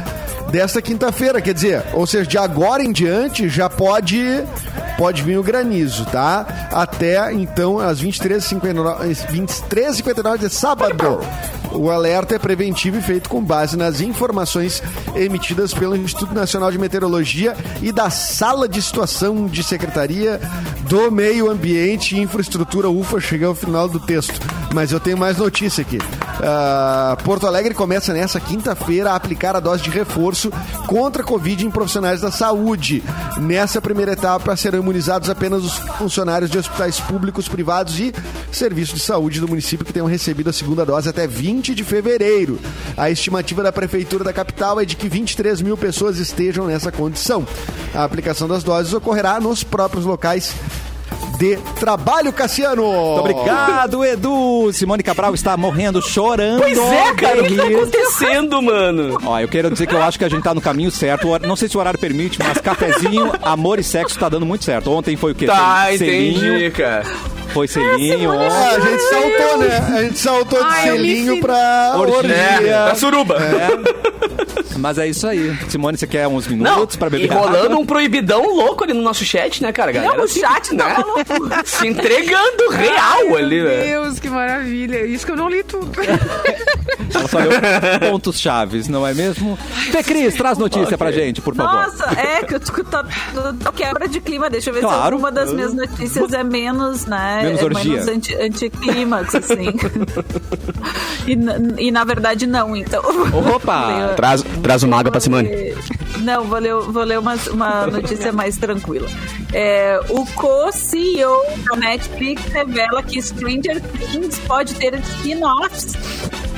desta quinta-feira. Quer dizer, ou seja, de agora em diante já pode, pode vir o granizo, tá? Até, então, às 23h59 23h59 de sábado. O alerta é preventivo e feito com base nas informações emitidas pelo Instituto Nacional de Meteorologia e da Sala de Situação de Secretaria do Meio Ambiente e Infraestrutura UFA. Cheguei ao final do texto. Mas eu tenho mais notícia aqui. Ah, Porto Alegre começa nessa quinta-feira a aplicar a dose de reforço contra a Covid em profissionais da saúde. Nessa primeira etapa serão imunizados apenas os funcionários de hospitais públicos, privados e serviços de saúde do município que tenham recebido a segunda dose até 20 de fevereiro. A estimativa da Prefeitura da capital é de que 23 mil pessoas estejam nessa condição. A aplicação das doses ocorrerá nos próprios locais de trabalho, Cassiano.
Muito obrigado, Edu. Simone Cabral está morrendo, chorando.
Pois é, cara, o que tá
Delícia.
acontecendo, mano?
Ó, eu quero dizer que eu acho que a gente tá no caminho certo. O hor- Não sei se o horário permite, mas cafezinho, amor e sexo tá dando muito certo. Ontem foi o quê?
Tá,
Tem
entendi, cara.
Foi selinho.
É,
ó.
a gente saltou, né? A gente saltou de
Ai, eu me
selinho
sinto-
pra
Orgia.
orgia.
tá
É, a suruba.
Mas é isso aí. Simone, você quer uns
Não,
minutos pra
e
beber?
rolando
água?
um proibidão louco ali no nosso chat, né, cara? Galera,
Não, o
assim,
É um chat tá
né?
tava louco.
Se entregando
Ai,
real
meu
ali, velho.
Deus, que maravilha. Isso que eu não li tudo.
Ela só leu pontos chaves, não é mesmo? Fê Cris, traz notícia pra gente, por favor.
Nossa, é que eu tô, tô- tô- quebra de clima. Deixa eu ver se
Claro.
alguma das minhas notícias é menos, né?
Menos
é
orgia.
menos anti,
[laughs]
anticlímax, assim. e, na- e na verdade, não, então.
Opa!
Tra-
Traz, traz uma água pra Simone.
Não, vou ler, vou ler uma, uma notícia mais tranquila. É, o co-CEO da Netflix revela que Stranger Things pode ter spin-offs.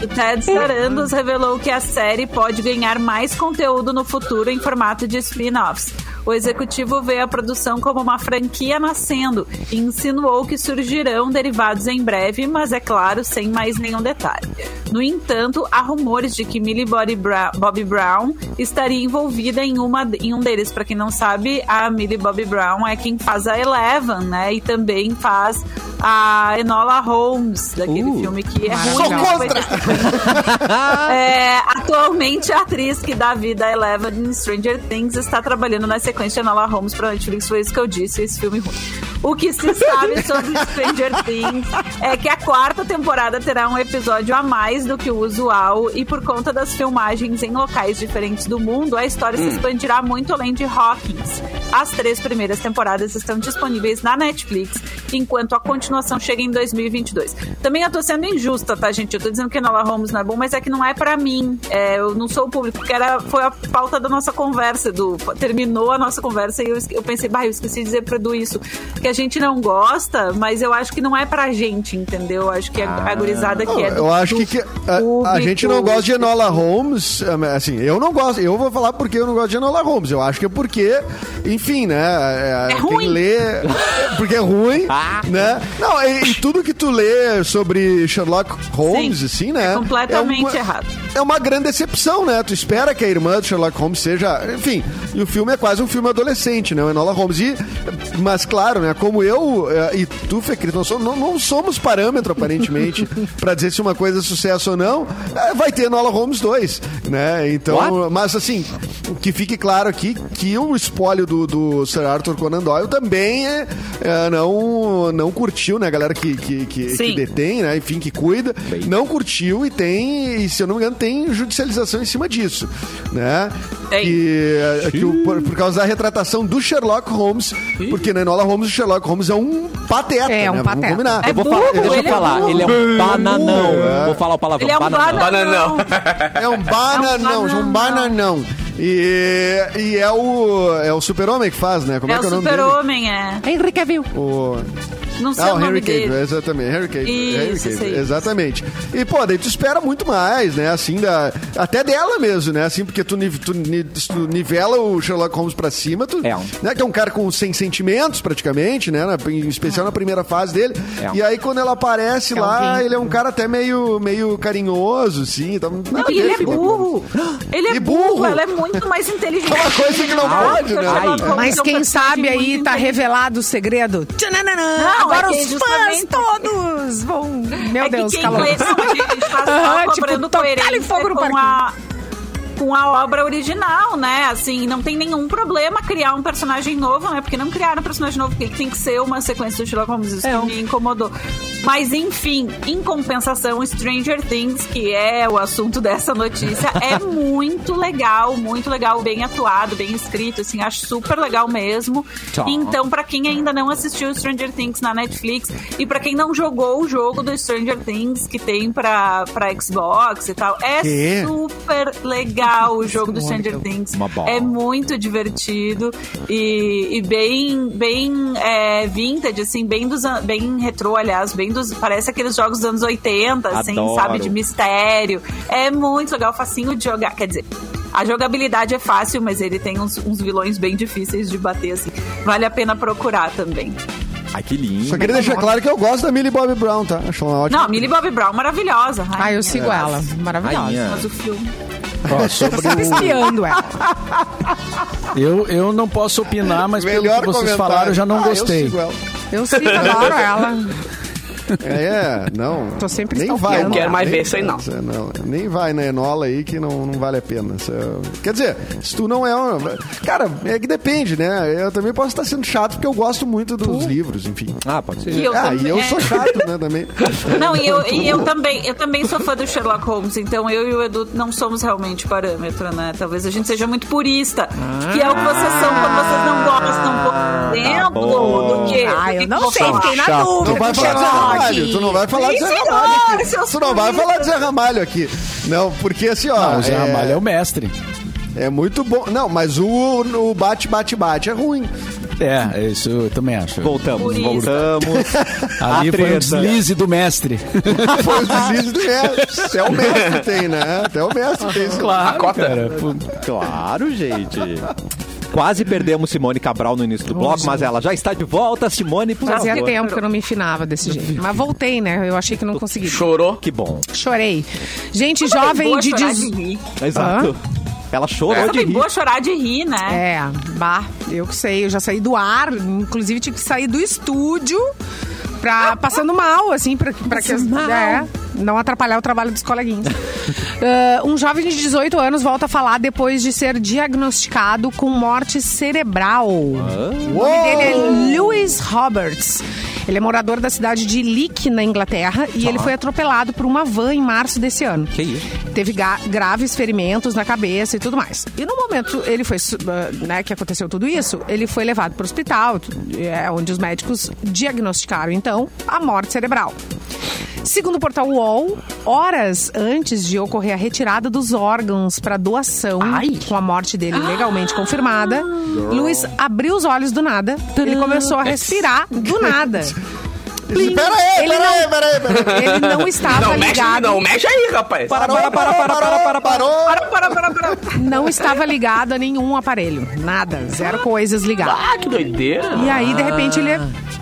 O Ted Sarandos revelou que a série pode ganhar mais conteúdo no futuro em formato de spin-offs. O executivo vê a produção como uma franquia nascendo e insinuou que surgirão derivados em breve, mas é claro, sem mais nenhum detalhe. No entanto, há rumores de que Millie Bobby, Bra- Bobby Brown estaria envolvida em, uma, em um deles. Pra quem não sabe, a Millie Bobby Brown é quem faz a Eleven, né? E também faz a Enola Holmes, daquele
Uh.
filme que é ruim.
Sou
mas foi
contra!
[laughs] é, atualmente, a atriz que dá vida a Eleven em Stranger Things está trabalhando na sequência de Nala Holmes para Netflix. Foi isso que eu disse, esse filme ruim. O que se sabe sobre Stranger Things é que a quarta temporada terá um episódio a mais do que o usual e por conta das filmagens em locais diferentes do mundo, a história se expandirá muito além de Hawkins. As três primeiras temporadas estão disponíveis na Netflix, enquanto a continuação chega em 2022. Também eu tô sendo injusta, tá, gente? Eu tô dizendo que Enola Holmes não é bom, mas é que não é pra mim. É, eu não sou o público, porque era, foi a pauta da nossa conversa, do terminou a nossa conversa e eu, esque- eu pensei, bah, eu esqueci de dizer pro Edu isso, que a gente não gosta, mas eu acho que não é pra gente, entendeu? Eu acho que a, a gurizada que é do
Ah, Eu acho que, que a, a
público.
gente não gosta de Enola Holmes. Assim, eu não gosto. Eu vou falar porque eu não gosto de Enola Holmes. Eu acho que é porque, enfim, né? É,
ruim. Ah.
lê, porque é ruim, né? Não, e, e tudo que tu lê sobre Sherlock Holmes,
Sim,
assim, né?
é completamente
uma-
errado.
É uma grande decepção, né? Tu espera que a irmã do Sherlock Holmes seja. Enfim, e o filme é quase um filme adolescente, né? O Enola Holmes. E, mas claro, né? Como eu eh, e tu, Fê Cris, não, somos- não- não somos parâmetro, aparentemente, pra dizer se uma coisa é sucesso ou não, eh, vai ter Enola Holmes 2, né? Então, mas assim, que fique claro aqui que o espólio do, do Sir Arthur Conan Doyle também eh, eh, não, não curtiu, né? A galera que, que, que, que
Sim.
detém, né? Enfim, que cuida, não curtiu e tem, e, se eu não me engano, tem judicialização em cima disso, né?
Tem.
E, eh, que o- por, por causa da retratação do Sherlock Holmes, porque na Enola Holmes o Sherlock Holmes é um pateta,
É, um
né? Vamos
pateta.
combinar.
Eu vou
burro,
falar, deixa eu
ele é
falar.
burro.
ele é um bananão.
É.
Vou falar o palavrão.
Ele é um
bananão.
bananão.
É um bananão, é
É
um
um
bananão. E, e é o, é o super-homem que faz, né? Como é,
É o
que é o nome dele?
super-homem, é.
Henrique Cavill.
O...
Não sei
Ah,
o
o
nome
Henry
dele.
Cavill, exatamente. Henry Cavill,
Isso,
Henry
isso
Cavill,
aí.
exatamente. E, pô, daí tu espera muito mais, né? Assim, da, até dela mesmo, né? Assim, porque tu, ni- tu ni- se tu nivela o Sherlock Holmes pra cima, tu,
É um.
né? Que é um cara com sem sentimentos, praticamente, né? Na- em especial na primeira fase dele.
É um.
E aí, quando ela aparece lá,
vento.
ele é um cara até meio, meio carinhoso, assim. Tá,
Não, e ele é burro. [gasps] Ele é
E burro.
burro. Ela é muito mais inteligente.
É uma coisa que não pode, né?
Mas quem sabe aí
É
tá revelado o segredo. Tchananana,
Não,
Agora
é que
os
justamente- É
fãs todos vão. Meu Deus,
quem
calor. [laughs]
conhece- não, a gente tá só
Aham, tipo,
cobrando
tocar
coerência
fogo no
né? com
parquinho.
a... com a obra original, né? Assim, não tem nenhum problema criar um personagem novo, né? Porque não criaram um personagem novo, porque tem que ser uma sequência do Sherlock Holmes.
É,
Isso
um
que me incomodou. Mas, enfim, em compensação, Stranger Things, que é o assunto [laughs] dessa notícia, é muito legal, muito legal, bem atuado, bem escrito, assim, acho super legal mesmo. Então, pra quem ainda não assistiu Stranger Things na Netflix e pra quem não jogou o jogo do Stranger Things que tem pra, pra Xbox e tal, é
Que?
super legal o jogo do Stranger Things.
Uma bola.
É muito divertido e, e bem, bem é, vintage, assim, bem, dos, an- bem retrô, aliás, bem dos. Parece aqueles jogos dos anos 80, assim,
Adoro.
sabe? De mistério. É muito legal, facinho de jogar. Quer dizer, a jogabilidade é fácil, mas ele tem uns, uns vilões bem difíceis de bater, assim. Vale a pena procurar também.
Ai, que lindo.
Só queria deixar claro que eu gosto da Millie Bobby Brown, tá? Acho ela uma ótima.
Não, Millie Bobby Brown, maravilhosa.
Ah,
rainha.
eu sigo ela. Maravilhosa.
Rainha.
Mas o filme.
Ó, sobre
Tô espiando ela.
o- [laughs] eu, eu não posso opinar, mas pelo que vocês
comentário.
falaram, eu já não
Ah,
gostei.
Eu sigo ela.
Eu sigo, adoro ela.
É, não.
Tô sempre
nem
stalkeando.
vai, né?
Não
quero mais
nem-
ver isso aí, não.
Essa não. Nem vai na Enola aí que não, não vale a pena. Isso é- Quer dizer, se tu não é uma... Cara, é que depende, né? Eu também posso estar sendo chato porque eu gosto muito dos livros, enfim.
Ah, pode ser.
E eu
ah,
também-
e eu
é.
sou chato, né, também.
Não, e eu, e eu também, eu também sou fã do Sherlock Holmes, então eu e o Edu não somos realmente parâmetro, né? Talvez a gente seja muito purista, que é o que vocês são quando vocês não gostam, por exemplo,
bom.
do que.
tá Ah, eu não
do que
sei,
vocês
fiquei na
chato.
dúvida.
Não vai
do
falar de Zé
Sherlock.
Ramalho. Tu não vai falar de Zé
Senhor,
Ramalho aqui.
seus
Tu não vai falar de Zé Ramalho aqui. Não, porque assim, ó...
Ah, o Zé Ramalho é o mestre.
é, muito bom. Não, mas o, o bate, bate, bate é ruim.
É, isso eu também acho.
Voltamos,
Por isso.
voltamos.
[laughs]
Ali
A
foi
treta.
o deslize
[laughs]
do mestre.
Foi o deslize do mestre. Até o mestre tem, né? Até o mestre tem. isso.
Claro,
cota.
cara. Pô,
Claro, gente. Quase perdemos Simone Cabral no início do bloco, mas ela já está de volta. Simone, por
Fazia
favor.
tempo que eu não me enfinava desse jeito. Mas voltei, né? Eu achei que não consegui.
Chorou.
Que bom.
Chorei. Gente
Coisa
jovem
boa
de...
chorar
dez-
rir.
Exato. Ela tá chorou
Coisa
de
bem
rir.
boa chorar de rir, né?
É, bah, eu que sei, eu já saí do ar, inclusive tive que sair do estúdio pra, passando mal, assim, pra, pra que é, não atrapalhar o trabalho dos coleguinhas. Ah, um jovem de 18 anos volta a falar depois de ser diagnosticado com morte cerebral. O nome dele é Lewis Roberts. Ele é morador da cidade de Leek, na Inglaterra, e ele foi atropelado por uma van em março desse ano. Que isso? Teve ga- graves ferimentos na cabeça e tudo mais. E no momento ele foi, su- ah, né, que aconteceu tudo isso, ele foi levado para o hospital, tu- é, onde os médicos diagnosticaram então a morte cerebral. Segundo o portal UOL, horas antes de ocorrer a retirada dos órgãos para doação, com a morte dele legalmente confirmada,
Ah!
Luiz abriu os olhos do nada. Ele começou a respirar do nada. Plim.
Pera aí,
Ele
pera aí,
não-
pera aí, pera aí.
Ele não estava
Não mexe,
Tá ligado.
não mexe aí, rapaz.
Parou, para, para, para, para, parou.
Para, para, para, para.
Não estava ligado a nenhum aparelho. Nada. Zero coisas ligadas.
Ah, que doideira.
E aí, de repente, ele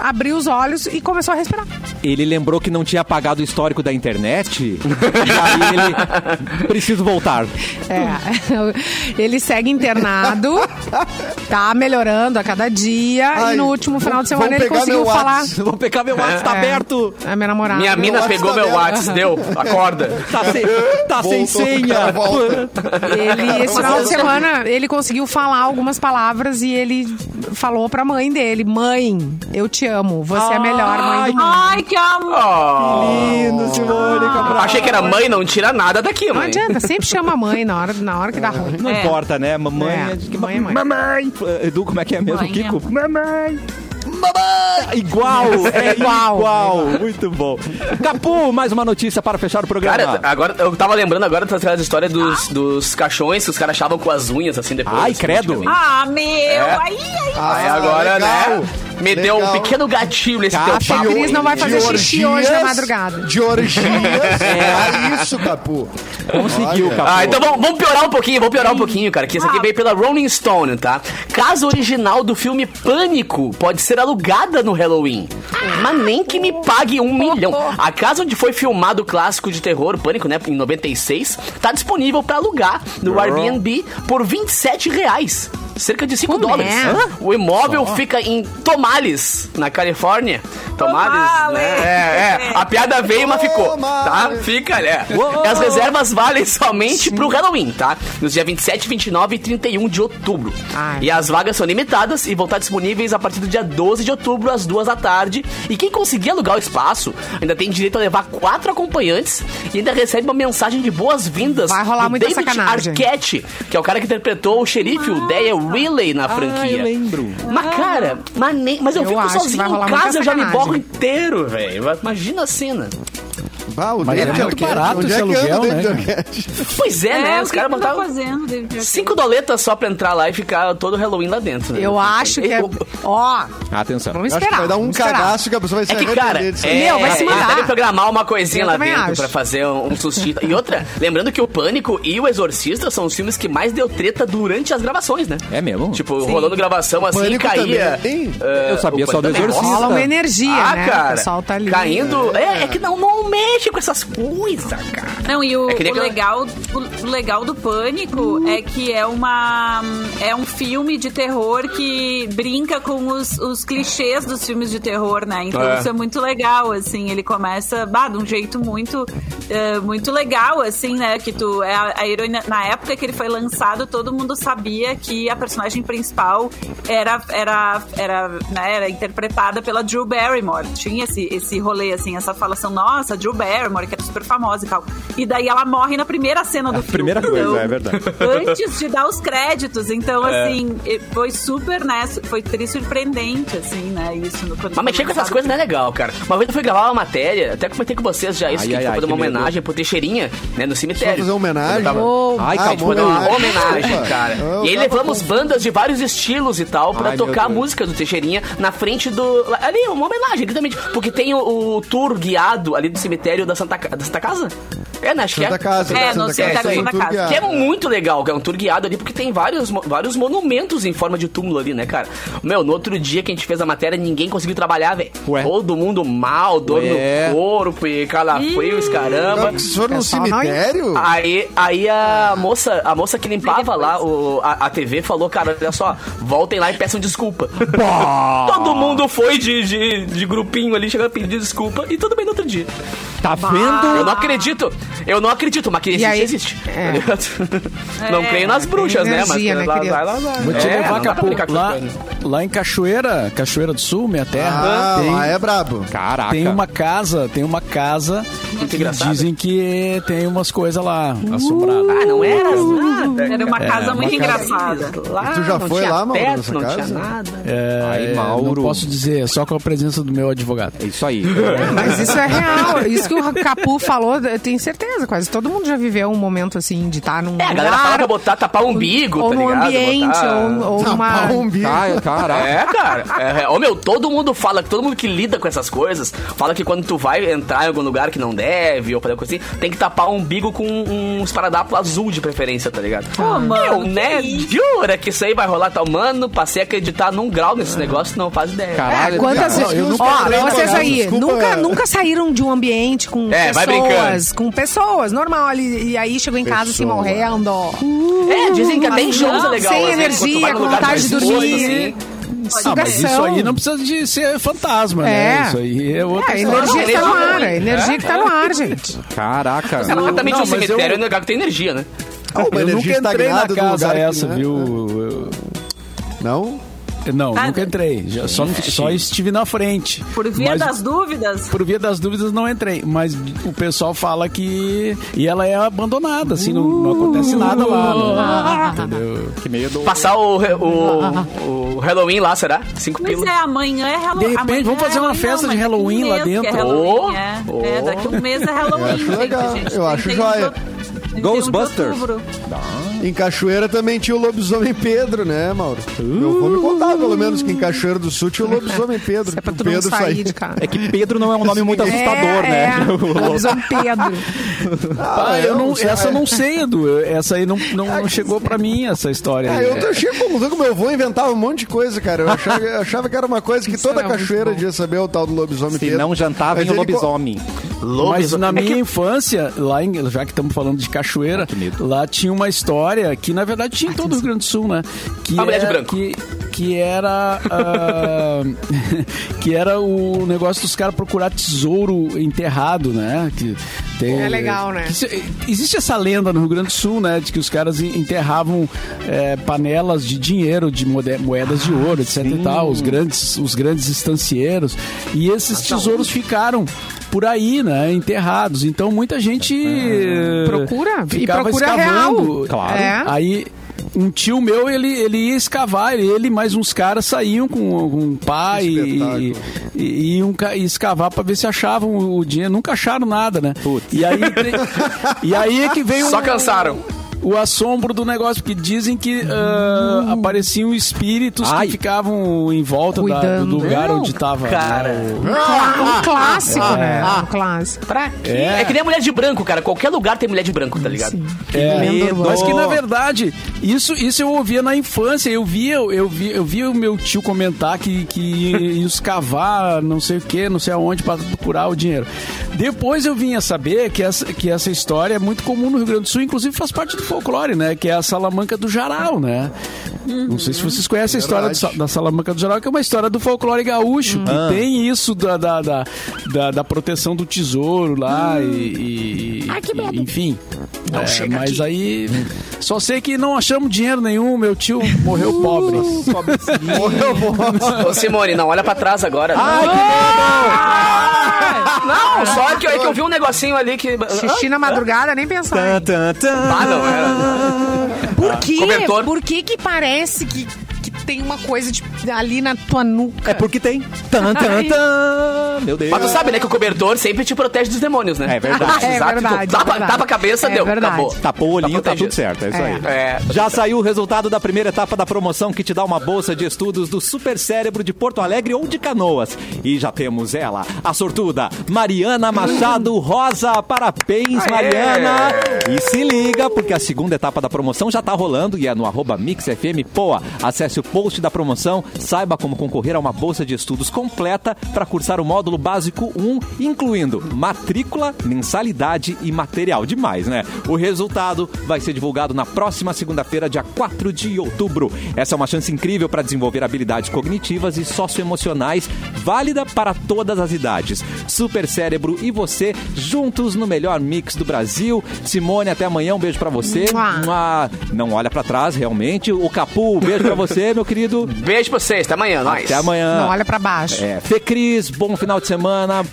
abriu os olhos e começou a respirar.
Ele lembrou que não tinha apagado o histórico da [laughs] internet. e aí ele. Preciso voltar.
É. [laughs] Ele segue internado, tá melhorando a cada dia.
Ai,
e no último final de semana
vão
ele
pegar
conseguiu
meu
falar.
Whats.
Vou pegar meu WhatsApp, tá
É.
aberto.
A minha namorada.
Minha mina
WhatsApp
pegou
tá
meu
aberto.
WhatsApp, deu. Acorda.
Tá sem, tá sem
Voltou,
senha.
cara, volta. [laughs]
Ele, esse final de semana, ele conseguiu falar algumas palavras e ele falou pra mãe dele: Mãe, eu te amo. Você é a melhor mãe do mundo.
Ai, que amor.
Ó.
Lindo, Simone Cabral.
Achei que era mãe, não tira nada daqui,
Não
mãe.
adianta, sempre chama a mãe na hora, na hora que dá ruim.
Não
É.
importa, né? Mamãe.
É,
acho que-
mãe é mãe.
Mamãe. Edu, como é que é mesmo,
Mãe é
Kiko? Mamãe. Mamãe! Igual, é igual,
Igual.
Muito bom. Capu, mais uma notícia para fechar o programa.
Cara, agora eu tava lembrando agora daquelas histórias dos, dos caixões que os caras achavam com as unhas assim depois.
Ai,
assim,
credo.
antigamente.
Ah, meu.
É.
Aí, aí.
Aí
Ah,
agora,
legal, é
né? Me deu um
legal.
pequeno gatilho nesse teu
Caixa
papo.
de Cris não vai fazer xixi hoje na madrugada.
De orgias. É isso, Capu.
Conseguiu,
Olha.
Capu.
Ah, então vamos, vamos piorar um pouquinho, vamos piorar um pouquinho, cara. Que isso aqui veio pela Rolling Stone, tá? Casa original do filme Pânico pode ser alugada no Halloween. Mas nem que me pague um milhão. A casa onde foi filmado o clássico de terror, Pânico, né? Em 96, tá disponível pra alugar no Airbnb por 27 reais. Cerca de 5
Como é?
dólares. O imóvel fica em Tomales, na Califórnia. Tomales,
Tomales.
né? É, é. A piada veio, mas ficou. Tá?
Tomales.
Fica, né? E as reservas valem somente pro Halloween, tá? Nos dias 27, 29 e 31 de outubro. E as vagas são limitadas e vão estar disponíveis a partir do dia 12 de outubro, às 2 da tarde. E quem conseguir alugar o espaço ainda tem direito a levar quatro acompanhantes e ainda recebe uma mensagem de boas-vindas.
Vai rolar
do
muita
David
sacanagem.
Arquette, que é o cara que interpretou o xerife, o Deia Riley na franquia.
Ah, eu lembro.
Mas, cara, mas, nem, mas eu,
Eu
fico
acho que
sozinho
vai rolar
em
muita
casa, eu já me
sacanagem.
borro inteiro, velho. Imagina a cena.
Bah, o
Mas é
David
muito
Arquette.
barato
Onde
esse
é que anda
aluguel,
o David
né,
Arquette?
Pois é, né?
o
Os
que
caras
que tá
botaram
fazendo, David?
cinco doletas só pra entrar lá e ficar todo Halloween lá dentro. né?
Eu acho que é.
Eu-
Ó,
Atenção.
vamos
Acho que
esperar.
vai dar um
vamos esperar.
cagaço que a pessoa vai se
É que,
arrepender
cara,
disso.
é,
Meu, vai se mandar.
eles devem programar uma coisinha
Eu
lá
também
dentro
acho.
pra fazer um, um sustito. E outra, lembrando que o Pânico e o Exorcista são os filmes que mais deu treta durante as gravações, né?
É mesmo?
Tipo, rolando gravação assim,
Pânico
caía.
também, hein?
eh,
Eu sabia
o
só do
Pânico também.
Exorcista.
Rola uma
Precisa.
energia,
Ah,
né?
cara.
O pessoal tá ali.
Caindo. É, é que não, não mexe com essas coisas, cara.
Não, e o,
É que nem
o
aquela-
legal, o legal do Pânico é que é uma é um filme de terror que brinca com os, os clichês dos filmes de terror, né? Então
É.
isso é muito legal, assim. Ele começa bah, de um jeito muito eh, muito legal, assim, né? Que tu é a, a heroína na época que ele foi lançado, todo mundo sabia que a personagem principal era era era, né, era interpretada pela Drew Barrymore. Tinha esse esse rolê assim, essa falação nossa, Drew Barrymore que era super famosa e tal. E daí ela morre na primeira cena do filme.
Primeira coisa,
Então,
é verdade. É.
antes de dar os créditos. Então, assim, e- foi super, né? su- Foi tri surpreendente, assim, né? Isso no quando
Mas mexer
foi
com essas
lançado.
coisas não é legal, cara. Uma vez eu fui gravar uma matéria, até comentei com vocês já isso,
Ai,
que
ai,
foi
ai,
fazer uma
que medo.
homenagem pro Teixeirinha, né, no cemitério.
Vamos fazer uma homenagem?
Quando eu tava-
Ai,
Ah,
cara,
Tipo,
tipo,
dar uma
homenagem.
homenagem,
Opa.
cara.
Eu
E aí
tava
levamos
com-
bandas de vários estilos e tal pra
Ai, meu
tocar a
Deus.
música do Teixeirinha na frente do. Ali, uma homenagem, literalmente. Porque tem o, o tour guiado ali do cemitério da Santa, Ca- da Santa Casa? É, né? Acho que é.
Santa Casa.
É,
Santa
não sei,
Casa,
até
Santa
Santa Casa.
Turbiá.
Que é muito legal, que é um tour guiado ali, porque tem vários, mo- vários monumentos em forma de túmulo ali, né, cara? Meu, no outro dia que a gente fez a matéria, ninguém conseguiu trabalhar, velho.
Ué.
Todo mundo mal, dor
Ué.
no corpo e calafrios, caramba.
Vocês foram Ah, no
Pessoal, não-
cemitério?
Aí, aí a moça, a moça que limpava lá o, a, a TV falou, cara, olha só, voltem lá e peçam desculpa. [laughs] Todo mundo foi de, de, de grupinho ali, chegando a pedir desculpa e tudo bem no outro dia.
Tá
Eu não
vendo?
acredito, eu não acredito, mas que existe,
aí-
existe.
é.
tá ligado?
[laughs] É,
Não creio nas bruxas, né? Mas
energia, né,
lá,
querido?
lá, lá, lá.
Vou te
É,
levar,
não dá pra
Capu.
brincar com
Lá,
essas coisas.
lá em Cachoeira, Cachoeira do Sul, minha terra,
Ah,
tem,
lá é brabo.
Caraca.
tem uma casa, tem uma casa que
engraçado.
dizem que tem umas coisas lá assombradas.
Ah, não era nada.
Era uma
É,
casa
uma
muito
casa-
engraçada.
Lá,
Tu já
não
foi
tinha
lá, Mauro,
teto,
nessa
Não
casa?
tinha nada.
É,
Aí, Mauro.
Não posso dizer, só com a presença do meu advogado.
É isso aí.
né?
Mas isso é real. Isso que o Capu falou, eu tenho certeza. Quase todo mundo já viveu um momento assim de estar num.
É, a galera
lugar,
fala pra botar, tapar o umbigo,
ou
tá
num
ligado?
ambiente,
Botar-
ou, ou uma.
Tapar o umbigo.
Cara, caraca.
É, cara. É, é. Ô, meu, todo mundo fala, todo mundo que lida com essas coisas, fala que quando tu vai entrar em algum lugar que não deve, ou fazer coisa assim, tem que tapar o umbigo com um esparadrapo azul de preferência, tá ligado?
Pô, mano,
Meu,
que
né?
isso?
Jura que isso aí vai rolar tal? Mano, passei a acreditar num grau nesse negócio, não faz ideia.
Caralho.
É, quantas
Não, eu
vezes.
nunca
Ó,
entrei em
vocês
casa,
aí,
desculpa.
nunca, nunca saíram de um ambiente com
É, vai
pessoas.
brincando.
Com pessoas, normal. ali, E aí chegou em casa se
Pessoa.
morrendo.
É, dizem que até em shows é legal.
sem
às vezes, quando tu vai
energia,
num
com
lugar
vontade de
mais exposto, assim.
dormir.
Ah, mas isso aí não precisa de ser fantasma, né?
É.
Isso aí é outra
É,
história.
energia que tá no
Não, né?
ar,
energia
é energia que tá no
[laughs]
ar, gente.
Caraca.
é Exatamente,
Não,
o
mas
cemitério
eu-
é um lugar que tem energia, né?
Uma
Eu nunca
energia
entrei na
estagnada do
casa
tá lugar que-
essa,
né?
viu?
Não?
Eu- Não,
Ah,
nunca entrei. Já- só, só estive na frente.
Por via
Mas-
das dúvidas,
Por via das dúvidas, não entrei. Mas o pessoal fala que. E ela é abandonada, assim, não, não acontece nada lá. né? não- entendeu?
Que medo.
Passar o, o, o Halloween lá, será? Cinco
Mas
pilas.
é, amanhã é Halloween.
De repente,
Amanhã
vamos fazer
é
uma
Halloween,
festa
não,
de
mas daqui
Halloween
um
lá
mês que
dentro.
É, Halloween, é.
Oh,
É, daqui um mês é Halloween,
acho
gente,
legal,
gente.
eu acho
31 de
joia.
outubro- 31 de
Ghostbusters.
outubro.
Em Cachoeira também tinha o lobisomem Pedro, né, Mauro? Eu vou me contar, pelo menos, que em Cachoeira do Sul tinha o
[laughs]
lobisomem Pedro.
É pra
que
todo
o Pedro
mundo sair
saía.
de casa.
É que Pedro não é um nome muito assustador,
é,
né? [laughs]
É, lobisomem [laughs] Pedro.
Ah,
Ah, eu não-
sei.
essa eu não sei, Edu. Eu- Essa aí não, não, não chegou pra mim, essa história.
Ah,
aí.
eu achei confusão que meu avô inventava um monte de coisa,
[laughs]
cara. Eu achava, eu achava que era uma coisa que toda
é muito
cachoeira
bom.
devia saber o tal do lobisomem
Se não jantava
um
Mas
em
[laughs] ele co-
lobisomem.
Mas na
É que- Ah,
minha infância, lá em, já que estamos falando de Cachoeira, lá tinha uma história que, na verdade, tinha em todo o Rio Grande do Sul, né? Que
A Ah, mulher de
era-
branco.
Que, que era. ah, [laughs] que era o negócio dos caras procurar tesouro enterrado, né? Que tem-
É legal, né?
que se- existe essa lenda no Rio Grande do Sul, né? De que os caras enterravam eh, panelas de dinheiro, de mode- moedas de ouro, etc e tal. Os grandes, os grandes estancieiros. E esses tesouros ficaram por aí, né? Enterrados. Então muita gente... eh,
Procura. E
Ficava
procura
escavando.
real.
Claro. Ah,
É.
Aí um tio meu, ele, ele ia escavar, ele, ele mais uns caras saíam com, com um pai e, e, e iam ca- e escavar pra ver se achavam o dinheiro. Nunca acharam nada, né? E aí, tem- e aí é que vem
Só
um-
cansaram.
o assombro do negócio, porque dizem que ah,
Hum.
apareciam espíritos
Ai.
que ficavam em volta da-
Cuidando.
do lugar onde tava. né, o-
ah,
Um clássico, né? um clássico. Pra quê?
É. que nem a mulher de branco, cara. Qualquer lugar tem mulher de branco, tá ligado?
É,
medo.
mas que na verdade, isso, isso eu ouvia na infância. Eu via, eu via, eu via o meu tio comentar que, que [laughs] ia escavar não sei o que, não sei aonde, para procurar o dinheiro. Depois eu vinha saber que essa, que essa história é muito comum no Rio Grande do Sul, inclusive faz parte do folclore, né? Que é a Salamanca do Jarau, né? Não sei se
Uhum.
vocês conhecem a história do Sa- da Salamanca do Jarau, que é uma história do folclore gaúcho, que
Uhum.
tem isso da, da, da, da- da proteção do tesouro lá
Uhum.
e, e- e- enfim. É, mas aí só sei que não achamos dinheiro nenhum, meu tio morreu
Uh,
pobre. [laughs]
Ô, Simone, não, olha pra trás agora. não. Não, só que, é que eu vi um negocinho ali que.
Xixi na madrugada, nem
Tan,
pensar.
tan, tan.
Ah, não, era.
Por que?
Cobertor.
Por que que parece que, que tem uma coisa de- ali na tua nuca?
É porque tem. Tan, tan, tan. Meu Deus.
Mas tu sabe, né, que o cobertor sempre te protege dos demônios, né? tipo,
É
[laughs]
verdade.
É
Exato.
verdade,
Dá,
é
pra,
verdade.
dá pra cabeça,
É
deu.
verdade.
Acabou.
Tapou o olhinho, tá,
protegido.
tudo certo. É isso
É.
aí.
É.
Já saiu o resultado da primeira etapa da promoção que te dá uma bolsa de estudos do Super Cérebro de Porto Alegre ou de Canoas. E já temos ela, a sortuda Mariana Machado Rosa. Parabéns, Mariana! E se liga, porque a segunda etapa da promoção já tá rolando e é no arroba MixFM Poa. Acesse o post da promoção, saiba como concorrer a uma bolsa de estudos completa para cursar o módulo básico 1, incluindo matrícula, mensalidade e material. Demais, né? O resultado vai ser divulgado na próxima segunda-feira, dia 4 de outubro. Essa é uma chance incrível para desenvolver habilidades cognitivas e socioemocionais, válida para todas as idades. Super Cérebro e você juntos no melhor mix do Brasil. Simone, até amanhã, um beijo para você.
Mua.
Mua. Não olha para trás, realmente. O Capu, um beijo para você, meu querido.
Beijo pra vocês, até amanhã, nós.
Até amanhã.
Não, olha pra baixo.
É, Fê Cris, bom final de semana.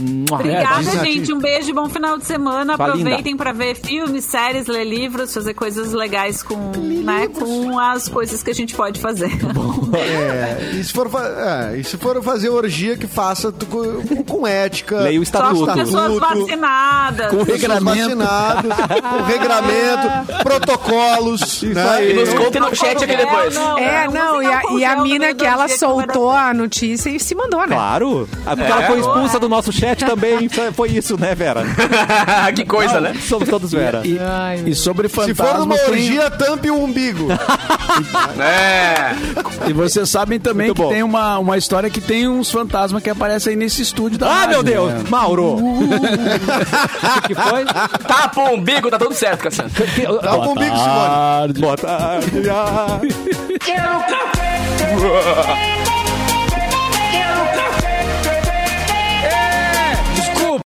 Mua. É,
Obrigada,
diz aqui.
gente. Um beijo, bom final de semana.
Fala,
Aproveitem pra ver filmes, séries, ler livros, fazer coisas legais com, né, com as coisas que a gente pode fazer.
É, e, se for fa- é, e se for fazer orgia, que faça tu com, com ética.
Leia o
Só
estatuto.
as pessoas
Estatuto.
vacinadas.
Regramento.
Vacinado, com regramento, protocolos. né?
E
aí.
nos contem no chat aqui depois.
É, não, e a, e a mina que ela soltou a notícia e se mandou, né?
Claro. Ah, Porque ela foi expulsa do nosso chat também. Foi- Foi isso, né, Vera?
[laughs] que coisa, né?
Somos todos Vera.
E, e sobre
Se for numa
fantasmas tem,
orgia, tampe o umbigo.
É.
E vocês sabem também
Muito
que
bom.
tem uma, uma história que tem uns fantasmas que aparecem aí nesse estúdio da
Ah,
rádio,
meu Deus!
né?
Mauro! O Uh. que que foi?
Tapa o umbigo, tá tudo certo, Cassiano.
Dá o umbigo, Simone.
Boa tarde. ah.
Quero café!